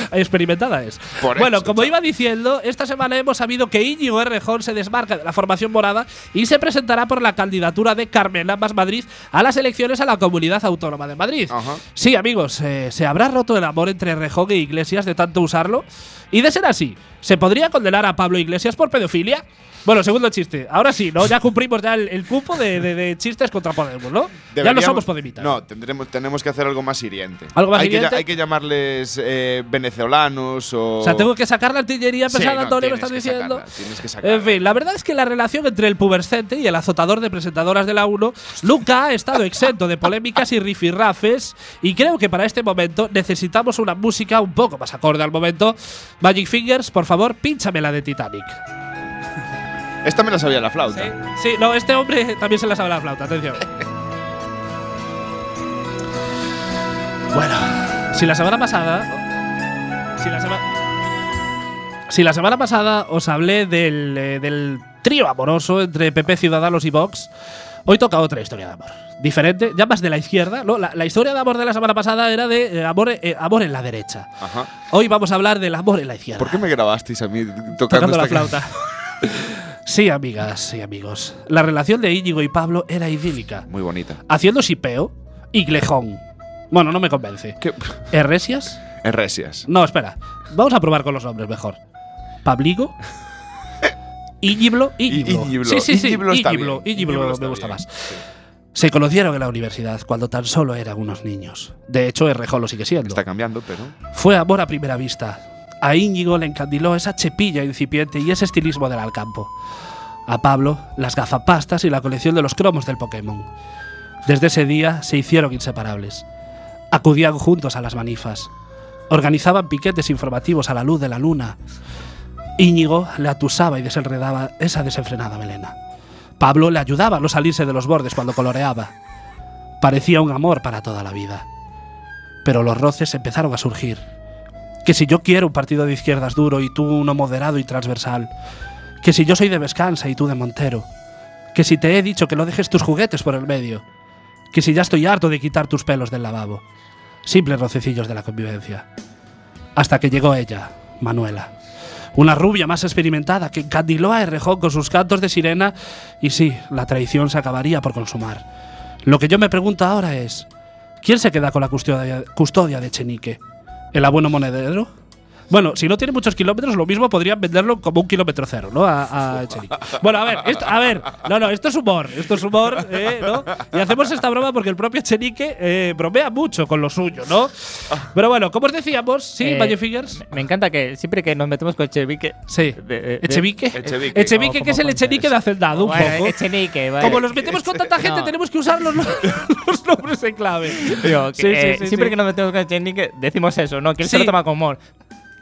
Speaker 3: Experimentada es.
Speaker 4: Por
Speaker 3: bueno,
Speaker 4: eso,
Speaker 3: como iba diciendo, esta semana hemos sabido que Íñigo Errejón se desmarca de la formación morada y se presentará por la candidatura de Carmen Ambas Madrid a las elecciones a la Comunidad Autónoma de Madrid.
Speaker 4: Ajá.
Speaker 3: Sí, amigos, eh, ¿se habrá roto el amor entre Errejón e Iglesias de tanto usarlo? Y de ser así, ¿se podría condenar a Pablo Iglesias por pedofilia? Bueno, segundo chiste. Ahora sí, ¿no? Ya cumplimos ya el, el cupo de, de- de chistes contra Podemos, ¿no? ya no
Speaker 4: Deberíamos-
Speaker 3: somos Podemitas.
Speaker 4: No, tendremos, tenemos que hacer algo más hiriente.
Speaker 3: ¿Algo más
Speaker 4: hay, que,
Speaker 3: hiriente?
Speaker 4: ya- hay que llamarles eh, venezolanos o.
Speaker 3: O sea, tengo que sacar la artillería
Speaker 4: Sí,
Speaker 3: pesada,
Speaker 4: no,
Speaker 3: todo lo que me
Speaker 4: tienes
Speaker 3: estás
Speaker 4: que
Speaker 3: diciendo.
Speaker 4: sacarla, tienes que sacarla.
Speaker 3: En fin, la verdad es que la relación entre el pubercente y el azotador de presentadoras de la 1 nunca ha estado exento de polémicas y rifirrafes. Y creo que para este momento necesitamos una música un poco más acorde al momento. Magic Fingers, por favor, pínchame la de Titanic.
Speaker 4: Esta me la sabía la flauta.
Speaker 3: Sí, no, este hombre también se la sabe la flauta, atención. bueno, si la semana pasada. Si la semana. Si la semana pasada os hablé del, eh, del trío amoroso entre PP, Ciudadanos y Vox, hoy toca otra historia de amor. Diferente, ya más de la izquierda. ¿no? La, la historia de amor de la semana pasada era de eh, amor, eh, amor en la derecha.
Speaker 4: Ajá.
Speaker 3: Hoy vamos a hablar del amor en la izquierda
Speaker 4: ¿Por qué me grabasteis a mí tocando,
Speaker 3: tocando la
Speaker 4: esta
Speaker 3: flauta. sí, amigas y amigos. La relación de Íñigo y Pablo era idílica,
Speaker 4: Muy bonita.
Speaker 3: haciendo sipeo y glejón. Bueno, no me convence.
Speaker 4: ¿Qué?
Speaker 3: ¿Herresias?
Speaker 4: Herresias.
Speaker 3: No, espera. Vamos a probar con los nombres mejor. ¿Pabligo? Íñiblo, Íñiblo.
Speaker 4: Íñiblo.
Speaker 3: Sí, sí, sí.
Speaker 4: Íñiblo está
Speaker 3: Íñiblo,
Speaker 4: bien.
Speaker 3: Íñiblo
Speaker 4: Íñiblo está
Speaker 3: me gusta
Speaker 4: bien,
Speaker 3: más. Se conocieron en la universidad cuando tan solo eran unos niños. De hecho, Errejón lo sigue siendo.
Speaker 4: Está cambiando, pero.
Speaker 3: Fue amor a primera vista. A Íñigo le encandiló esa chepilla incipiente y ese estilismo del Alcampo. A Pablo, las gafapastas y la colección de los cromos del Pokémon. Desde ese día se hicieron inseparables. Acudían juntos a las manifas. Organizaban piquetes informativos a la luz de la luna. Íñigo le atusaba y desenredaba esa desenfrenada melena. Pablo le ayudaba a no salirse de los bordes cuando coloreaba. Parecía un amor para toda la vida pero los roces empezaron a surgir. Que si yo quiero un partido de izquierdas duro y tú uno moderado y transversal. Que si yo soy de Vescanza y tú de Montero. Que si te he dicho que no dejes tus juguetes por el medio. Que si ya estoy harto de quitar tus pelos del lavabo. Simples rocecillos de la convivencia. Hasta que llegó ella, Manuela. Una rubia más experimentada que encandiló a Errejón con sus cantos de sirena y sí, la traición se acabaría por consumar. Lo que yo me pregunto ahora es, ¿quién se queda con la custodia, custodia de Chenique? ¿El abuelo monedero? Bueno, si no tiene muchos kilómetros, lo mismo podrían venderlo como un kilómetro cero, ¿no? A, a Chenique. Bueno, a ver, esto- a ver, no, no, esto es humor, esto es humor, ¿eh? ¿no? Y hacemos esta broma porque el propio Chenique eh, bromea mucho con lo suyo, ¿no? Pero bueno, como os decíamos, sí,
Speaker 1: Eh,
Speaker 3: Magic Fingers.
Speaker 1: Me encanta que siempre que nos metemos con Echevique.
Speaker 3: Sí.
Speaker 1: de- de-
Speaker 3: Echevique.
Speaker 4: Echevique.
Speaker 1: No,
Speaker 3: Echevique,
Speaker 1: como
Speaker 3: que es el
Speaker 1: con-
Speaker 3: Echenique de Hacendado, un
Speaker 1: Bueno,
Speaker 3: poco.
Speaker 1: Echenique, vale.
Speaker 3: Como los metemos con tanta gente,
Speaker 1: No.
Speaker 3: tenemos que usar los, los nombres en clave.
Speaker 1: Digo, que,
Speaker 3: Sí, sí,
Speaker 1: eh,
Speaker 3: sí,
Speaker 1: siempre
Speaker 3: sí.
Speaker 1: que nos metemos con Echenique, decimos eso, ¿no? Que él se
Speaker 3: Sí.
Speaker 1: lo toma con humor.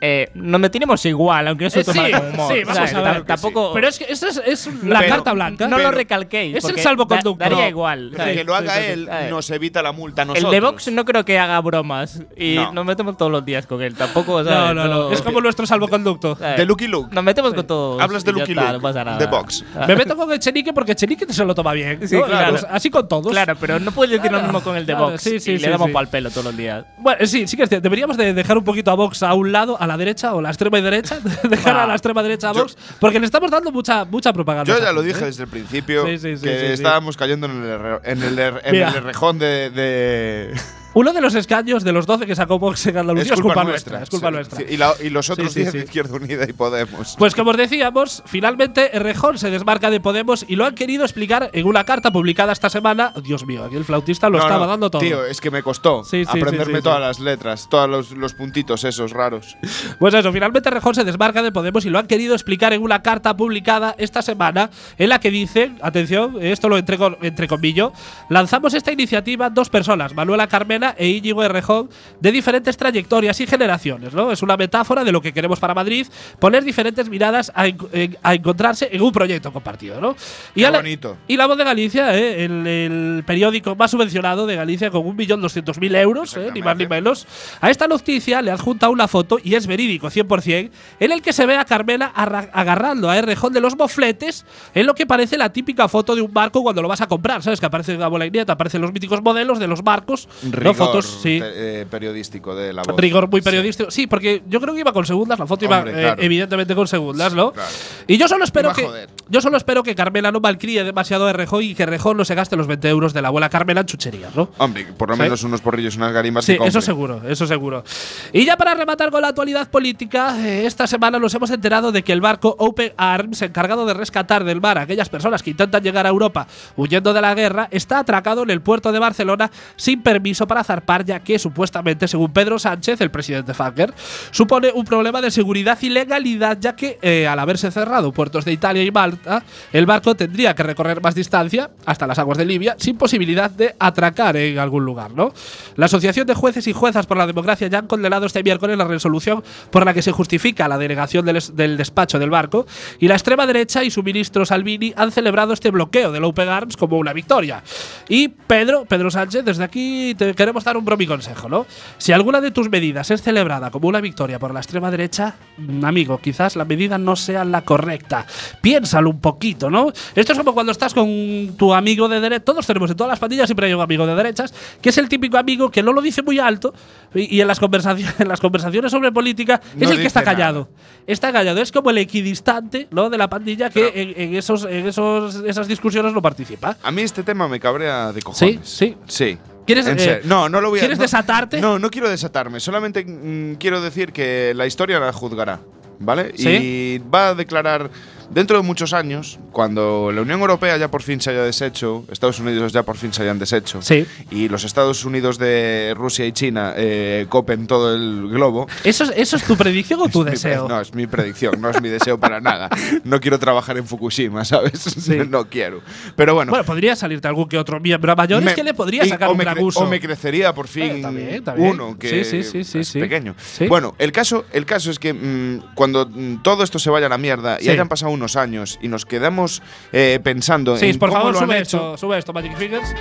Speaker 1: Eh, nos metimos igual, aunque no se lo
Speaker 3: Eh, sí,
Speaker 1: toma con humor.
Speaker 3: sí, vamos
Speaker 1: ¿sabes?
Speaker 3: a ver.
Speaker 1: Tam- Tampoco.
Speaker 3: Pero es que eso es, es la
Speaker 1: Pero-
Speaker 3: carta blanca.
Speaker 1: No lo
Speaker 4: pero-
Speaker 1: recalquéis.
Speaker 3: Es el
Speaker 1: porque
Speaker 3: salvoconducto.
Speaker 1: da- daría
Speaker 3: No.
Speaker 1: igual. ¿sabes?
Speaker 4: Que lo haga
Speaker 1: Sí, sí, sí.
Speaker 4: él
Speaker 1: A ver.
Speaker 4: nos evita la multa a
Speaker 1: El
Speaker 4: nosotros.
Speaker 1: de Vox no creo que haga bromas. Y
Speaker 4: No.
Speaker 1: nos metemos todos los días con él. Tampoco.
Speaker 3: No,
Speaker 1: ¿sabes?
Speaker 3: no, no. Es como nuestro salvoconducto.
Speaker 1: ¿sabes?
Speaker 4: De Lucky Luke.
Speaker 1: Nos metemos con todos.
Speaker 4: Hablas de
Speaker 1: y ya
Speaker 4: Lucky
Speaker 1: está,
Speaker 4: Luke,
Speaker 1: No pasa nada.
Speaker 4: de Vox.
Speaker 1: Ah,
Speaker 3: Me meto con Echenique porque Echenique se lo toma bien.
Speaker 1: Sí,
Speaker 3: ¿no?
Speaker 1: claro.
Speaker 3: Pues así con todos.
Speaker 1: Claro, pero no puedes decir lo mismo con el de
Speaker 3: claro,
Speaker 1: Vox.
Speaker 3: sí, sí, sí,
Speaker 1: y le damos
Speaker 3: sí.
Speaker 1: pal pelo todos los días.
Speaker 3: Bueno, sí, sí que es cierto. Deberíamos de dejar un poquito a Vox a un lado, a la derecha o a la extrema derecha. dejar a la extrema derecha a Vox. Porque le estamos dando mucha, mucha propaganda.
Speaker 4: Yo
Speaker 3: a esa
Speaker 4: ya lo
Speaker 3: gente,
Speaker 4: dije
Speaker 3: ¿eh?
Speaker 4: desde el principio
Speaker 3: Sí, sí, sí,
Speaker 4: que
Speaker 3: sí, sí.
Speaker 4: estábamos cayendo en el, erre- en el, er- en
Speaker 3: Mira.
Speaker 4: el errejón de, de-
Speaker 3: Uno de los escaños de los 12 que sacó Vox en Andalucía es culpa, nuestra. Es culpa
Speaker 4: sí,
Speaker 3: nuestra.
Speaker 4: sí, y, la- y los otros
Speaker 3: Sí, sí,
Speaker 4: 10
Speaker 3: sí.
Speaker 4: de Izquierda Unida y Podemos.
Speaker 3: Pues como os decíamos, finalmente Rejón se desmarca de Podemos y lo han querido explicar en una carta publicada esta semana. Dios mío, aquí el flautista lo
Speaker 4: No,
Speaker 3: estaba
Speaker 4: no,
Speaker 3: dando todo.
Speaker 4: Tío, es que me costó
Speaker 3: Sí, sí, sí,
Speaker 4: aprenderme
Speaker 3: sí, sí.
Speaker 4: todas las letras, todos los, los puntitos esos raros.
Speaker 3: Pues eso, finalmente Rejón se desmarca de Podemos y lo han querido explicar en una carta publicada esta semana en la que dicen, atención, esto lo entrego entre comillas, lanzamos esta iniciativa dos personas, Manuela Carmena e Íñigo Rejón, de diferentes trayectorias y generaciones, ¿no? Es una metáfora de lo que queremos para Madrid, poner diferentes miradas a, en- en- a encontrarse en un proyecto compartido, ¿no? Y
Speaker 4: Qué
Speaker 3: a la-
Speaker 4: bonito.
Speaker 3: Y La Voz de Galicia, eh, el, el periódico más subvencionado de Galicia con 1.200.000 euros, eh, ni más ni menos. A esta noticia le adjunta una foto, y es verídico 100%, en el que se ve a Carmela arra- agarrando a Errejón de los mofletes en lo que parece la típica foto de un barco cuando lo vas a comprar, ¿sabes? Que aparece una bola y nieta, aparecen los míticos modelos de los barcos. no
Speaker 4: Rigor
Speaker 3: fotos, sí.
Speaker 4: te- eh, periodístico de la voz.
Speaker 3: Rigor muy periodístico. Sí. porque yo creo que iba con segundas, la foto iba
Speaker 4: Hombre,
Speaker 3: eh,
Speaker 4: claro.
Speaker 3: evidentemente con segundas, ¿no?
Speaker 4: claro.
Speaker 3: Y yo solo espero
Speaker 4: Iba a
Speaker 3: que
Speaker 4: joder.
Speaker 3: yo solo espero que Carmela no malcríe demasiado a Rejón y que Rejón no se gaste los 20 euros de la abuela Carmela en chucherías, ¿no?
Speaker 4: Hombre, por lo menos unos porrillos, unas garimbas.
Speaker 3: Sí,
Speaker 4: que compre.
Speaker 3: eso seguro, eso seguro. Y ya para rematar con la actualidad política, eh, esta semana nos hemos enterado de que el barco Open Arms, encargado de rescatar del mar a aquellas personas que intentan llegar a Europa huyendo de la guerra, está atracado en el puerto de Barcelona sin permiso para zarpar, ya que supuestamente, según Pedro Sánchez, el presidente Fanger, supone un problema de seguridad y legalidad, ya que eh, al haberse cerrado puertos de Italia y Malta, el barco tendría que recorrer más distancia hasta las aguas de Libia sin posibilidad de atracar en algún lugar, ¿no? La Asociación de Jueces y Juezas por la Democracia ya han condenado este miércoles la resolución por la que se justifica la denegación del, es- del despacho del barco y la extrema derecha y su ministro Salvini han celebrado este bloqueo del Open Arms como una victoria. Y Pedro, Pedro Sánchez, desde aquí te queremos dar un bromi consejo, ¿no? Si alguna de tus medidas es celebrada como una victoria por la extrema derecha, mm, amigo, quizás la medida no sea la correcta. Piénsalo un poquito, ¿no? Esto es como cuando estás con tu amigo de derecha. Todos tenemos en todas las pandillas siempre hay un amigo de derechas, que es el típico amigo que no lo dice muy alto y, y en, las conversaciones, en las conversaciones sobre política
Speaker 4: No
Speaker 3: es el que
Speaker 4: dice
Speaker 3: está
Speaker 4: nada.
Speaker 3: callado. Está callado. Es como el equidistante, ¿no? De la pandilla que en, en esos, en esos, esas discusiones no participa.
Speaker 4: A mí este tema me cabrea de cojones.
Speaker 3: Sí,
Speaker 4: Sí.
Speaker 3: ¿Quieres,
Speaker 4: En
Speaker 3: eh,
Speaker 4: serio. No, no lo voy a
Speaker 3: ¿quieres
Speaker 4: no-
Speaker 3: desatarte?
Speaker 4: No, no quiero desatarme. Solamente mm, quiero decir que la historia la juzgará. ¿Vale?
Speaker 3: Sí.
Speaker 4: Y va a declarar dentro de muchos años, cuando la Unión Europea ya por fin se haya deshecho, Estados Unidos ya por fin se hayan deshecho,
Speaker 3: Sí.
Speaker 4: y los Estados Unidos de Rusia y China eh, copen todo el globo.
Speaker 3: ¿Eso, es- ¿Eso es tu predicción o tu
Speaker 4: mi-
Speaker 3: deseo?
Speaker 4: No, es mi predicción, no es mi deseo para nada. No quiero trabajar en Fukushima, ¿sabes? no quiero. Pero bueno,
Speaker 3: Bueno, podría salirte algún que otro miembro a mayores
Speaker 4: me-
Speaker 3: que le podría
Speaker 4: y-
Speaker 3: sacar
Speaker 4: o
Speaker 3: un
Speaker 4: me
Speaker 3: gran
Speaker 4: cre-
Speaker 3: uso.
Speaker 4: O me crecería por fin
Speaker 3: Eh, está bien, está bien.
Speaker 4: uno que
Speaker 3: Sí, sí, sí, sí,
Speaker 4: es
Speaker 3: sí.
Speaker 4: pequeño.
Speaker 3: Sí.
Speaker 4: Bueno, el caso, el caso es que mm, cuando mm, todo esto se vaya a la mierda y
Speaker 3: Sí.
Speaker 4: hayan pasado unos años y nos quedamos eh, pensando
Speaker 3: Sí,
Speaker 4: en
Speaker 3: por
Speaker 4: cómo
Speaker 3: favor,
Speaker 4: lo han
Speaker 3: sube
Speaker 4: hecho.
Speaker 3: esto, sube esto, Magic Fingers.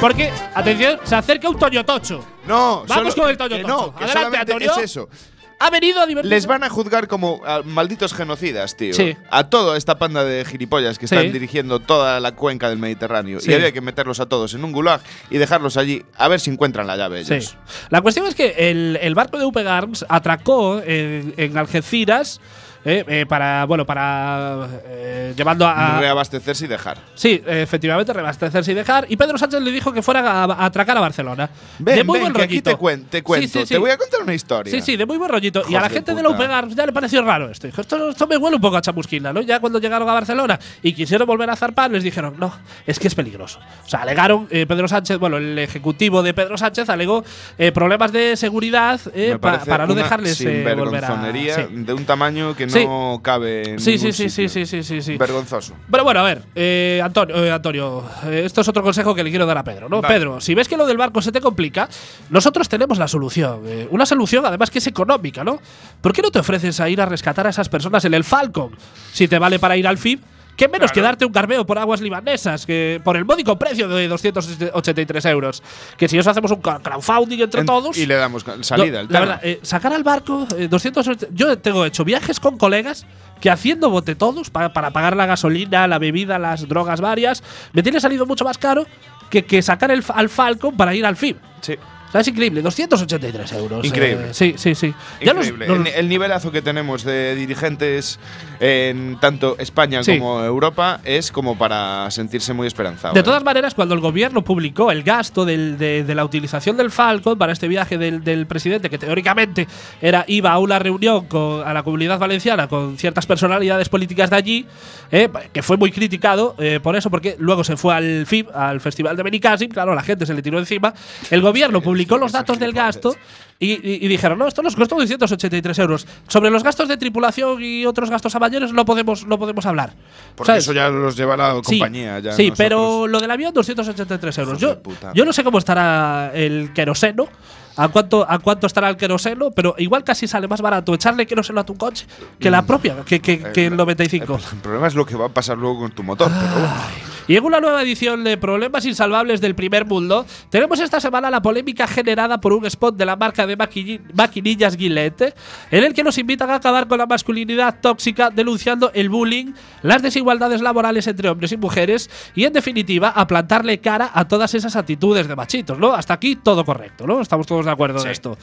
Speaker 3: Porque, atención, se acerca un Toño Tocho.
Speaker 4: No,
Speaker 3: Vamos
Speaker 4: solo-
Speaker 3: con el Toño
Speaker 4: que
Speaker 3: Tocho.
Speaker 4: No, que
Speaker 3: Adelante,
Speaker 4: solamente
Speaker 3: Antonio.
Speaker 4: es eso.
Speaker 3: ha venido a divertirse.
Speaker 4: Les van a juzgar como ah, malditos genocidas, tío.
Speaker 3: Sí.
Speaker 4: A toda esta panda de gilipollas que están
Speaker 3: Sí.
Speaker 4: dirigiendo toda la cuenca del Mediterráneo.
Speaker 3: Sí.
Speaker 4: Y había que meterlos a todos en un gulag y dejarlos allí a ver si encuentran la llave
Speaker 3: Sí.
Speaker 4: ellos.
Speaker 3: La cuestión es que el, el barco de UPG Arms atracó en, en Algeciras eh, eh, para, bueno, para eh, llevando a,
Speaker 4: Reabastecerse y dejar.
Speaker 3: Sí, efectivamente, reabastecerse y dejar. Y Pedro Sánchez le dijo que fuera a, a atracar a Barcelona.
Speaker 4: Ven,
Speaker 3: de muy
Speaker 4: ven,
Speaker 3: buen
Speaker 4: que
Speaker 3: rollito.
Speaker 4: aquí te, cuen- te cuento.
Speaker 3: Sí, sí, sí.
Speaker 4: Te voy a contar una historia.
Speaker 3: Sí, sí, de muy buen rollito. y a la
Speaker 4: Hijos de
Speaker 3: gente de, la
Speaker 4: puta.
Speaker 3: UPEGAR ya le pareció raro esto. Dijo, esto, esto me huele un poco a chamusquina, ¿no? Ya cuando llegaron a Barcelona y quisieron volver a zarpar, les dijeron, no, es que es peligroso. O sea, alegaron eh, Pedro Sánchez, bueno, el ejecutivo de Pedro Sánchez alegó eh, problemas de seguridad eh,
Speaker 4: Me
Speaker 3: pa-
Speaker 4: parece
Speaker 3: para no
Speaker 4: una
Speaker 3: dejarles eh, volver a.
Speaker 4: sinvergonzonería
Speaker 3: Sí.
Speaker 4: de un tamaño que
Speaker 3: Sí.
Speaker 4: no cabe en
Speaker 3: Sí, sí,
Speaker 4: ningún
Speaker 3: sí, sí,
Speaker 4: sitio.
Speaker 3: sí, sí, sí, sí.
Speaker 4: Vergonzoso.
Speaker 3: Pero bueno, a ver, eh, Antonio, eh, Antonio eh, esto es otro consejo que le quiero dar a Pedro, ¿no? Pedro, si ves que lo del barco se te complica, nosotros tenemos la solución. eh, una solución, además, que es económica, ¿no? ¿Por qué no te ofreces a ir a rescatar a esas personas en el Falcon? Si te vale para ir al FIB, ¿qué menos que darte un carmeo por aguas libanesas que por el módico precio de 283 euros? Que si eso hacemos un ca- crowdfunding entre
Speaker 4: En-
Speaker 3: todos…
Speaker 4: Y le damos ca- salida
Speaker 3: No,
Speaker 4: al
Speaker 3: la
Speaker 4: tema.
Speaker 3: verdad, eh, sacar al barco eh, 280 Yo tengo hecho viajes con colegas que haciendo bote todos pa- para, pagar la gasolina, la bebida, las drogas varias, me tiene salido mucho más caro que, que sacar el, al Falcon para ir al FIB.
Speaker 4: Sí.
Speaker 3: O sea, es increíble, 283 euros.
Speaker 4: Increíble.
Speaker 3: eh, sí, sí, sí. Ya los-
Speaker 4: Increíble.
Speaker 3: los-
Speaker 4: el, el nivelazo que tenemos de dirigentes en tanto España
Speaker 3: Sí.
Speaker 4: como Europa es como para sentirse muy esperanzado.
Speaker 3: De
Speaker 4: ¿eh?
Speaker 3: todas maneras, cuando el gobierno publicó el gasto del- de, de la utilización del Falcon para este viaje del, del presidente, que teóricamente era, iba a una reunión con- a la comunidad valenciana con ciertas personalidades políticas de allí, eh, que fue muy criticado eh, por eso, porque luego se fue al FIB, al Festival de Benicàssim, claro, la gente se le tiró encima. El gobierno publicó los datos del gasto y, y- y dijeron, no, esto nos costó 283 euros. Sobre los gastos de tripulación y otros gastos a mayores no podemos, no podemos hablar.
Speaker 4: Porque
Speaker 3: ¿Sabes?
Speaker 4: eso ya los lleva la compañía.
Speaker 3: Sí,
Speaker 4: ya
Speaker 3: sí,
Speaker 4: nosotros-
Speaker 3: pero lo del avión, 283 euros.
Speaker 4: Hijos
Speaker 3: Yo,
Speaker 4: de puta.
Speaker 3: yo no sé cómo estará el queroseno. A cuánto, a cuánto estará el queroseno, pero igual casi sale más barato echarle queroseno a tu coche que la propia, que, que- que el 95.
Speaker 4: Mm. Eh, El problema es lo que va a pasar luego con tu motor.
Speaker 3: Ah.
Speaker 4: pero bueno.
Speaker 3: Y en una nueva edición de Problemas Insalvables del Primer Mundo, tenemos esta semana la polémica generada por un spot de la marca de maquilli- maquinillas Gillette, en el que nos invitan a acabar con la masculinidad tóxica, denunciando el bullying, las desigualdades laborales entre hombres y mujeres, y en definitiva, a plantarle cara a todas esas actitudes de machitos, ¿no? Hasta aquí todo correcto, ¿no? Estamos todos de acuerdo en esto.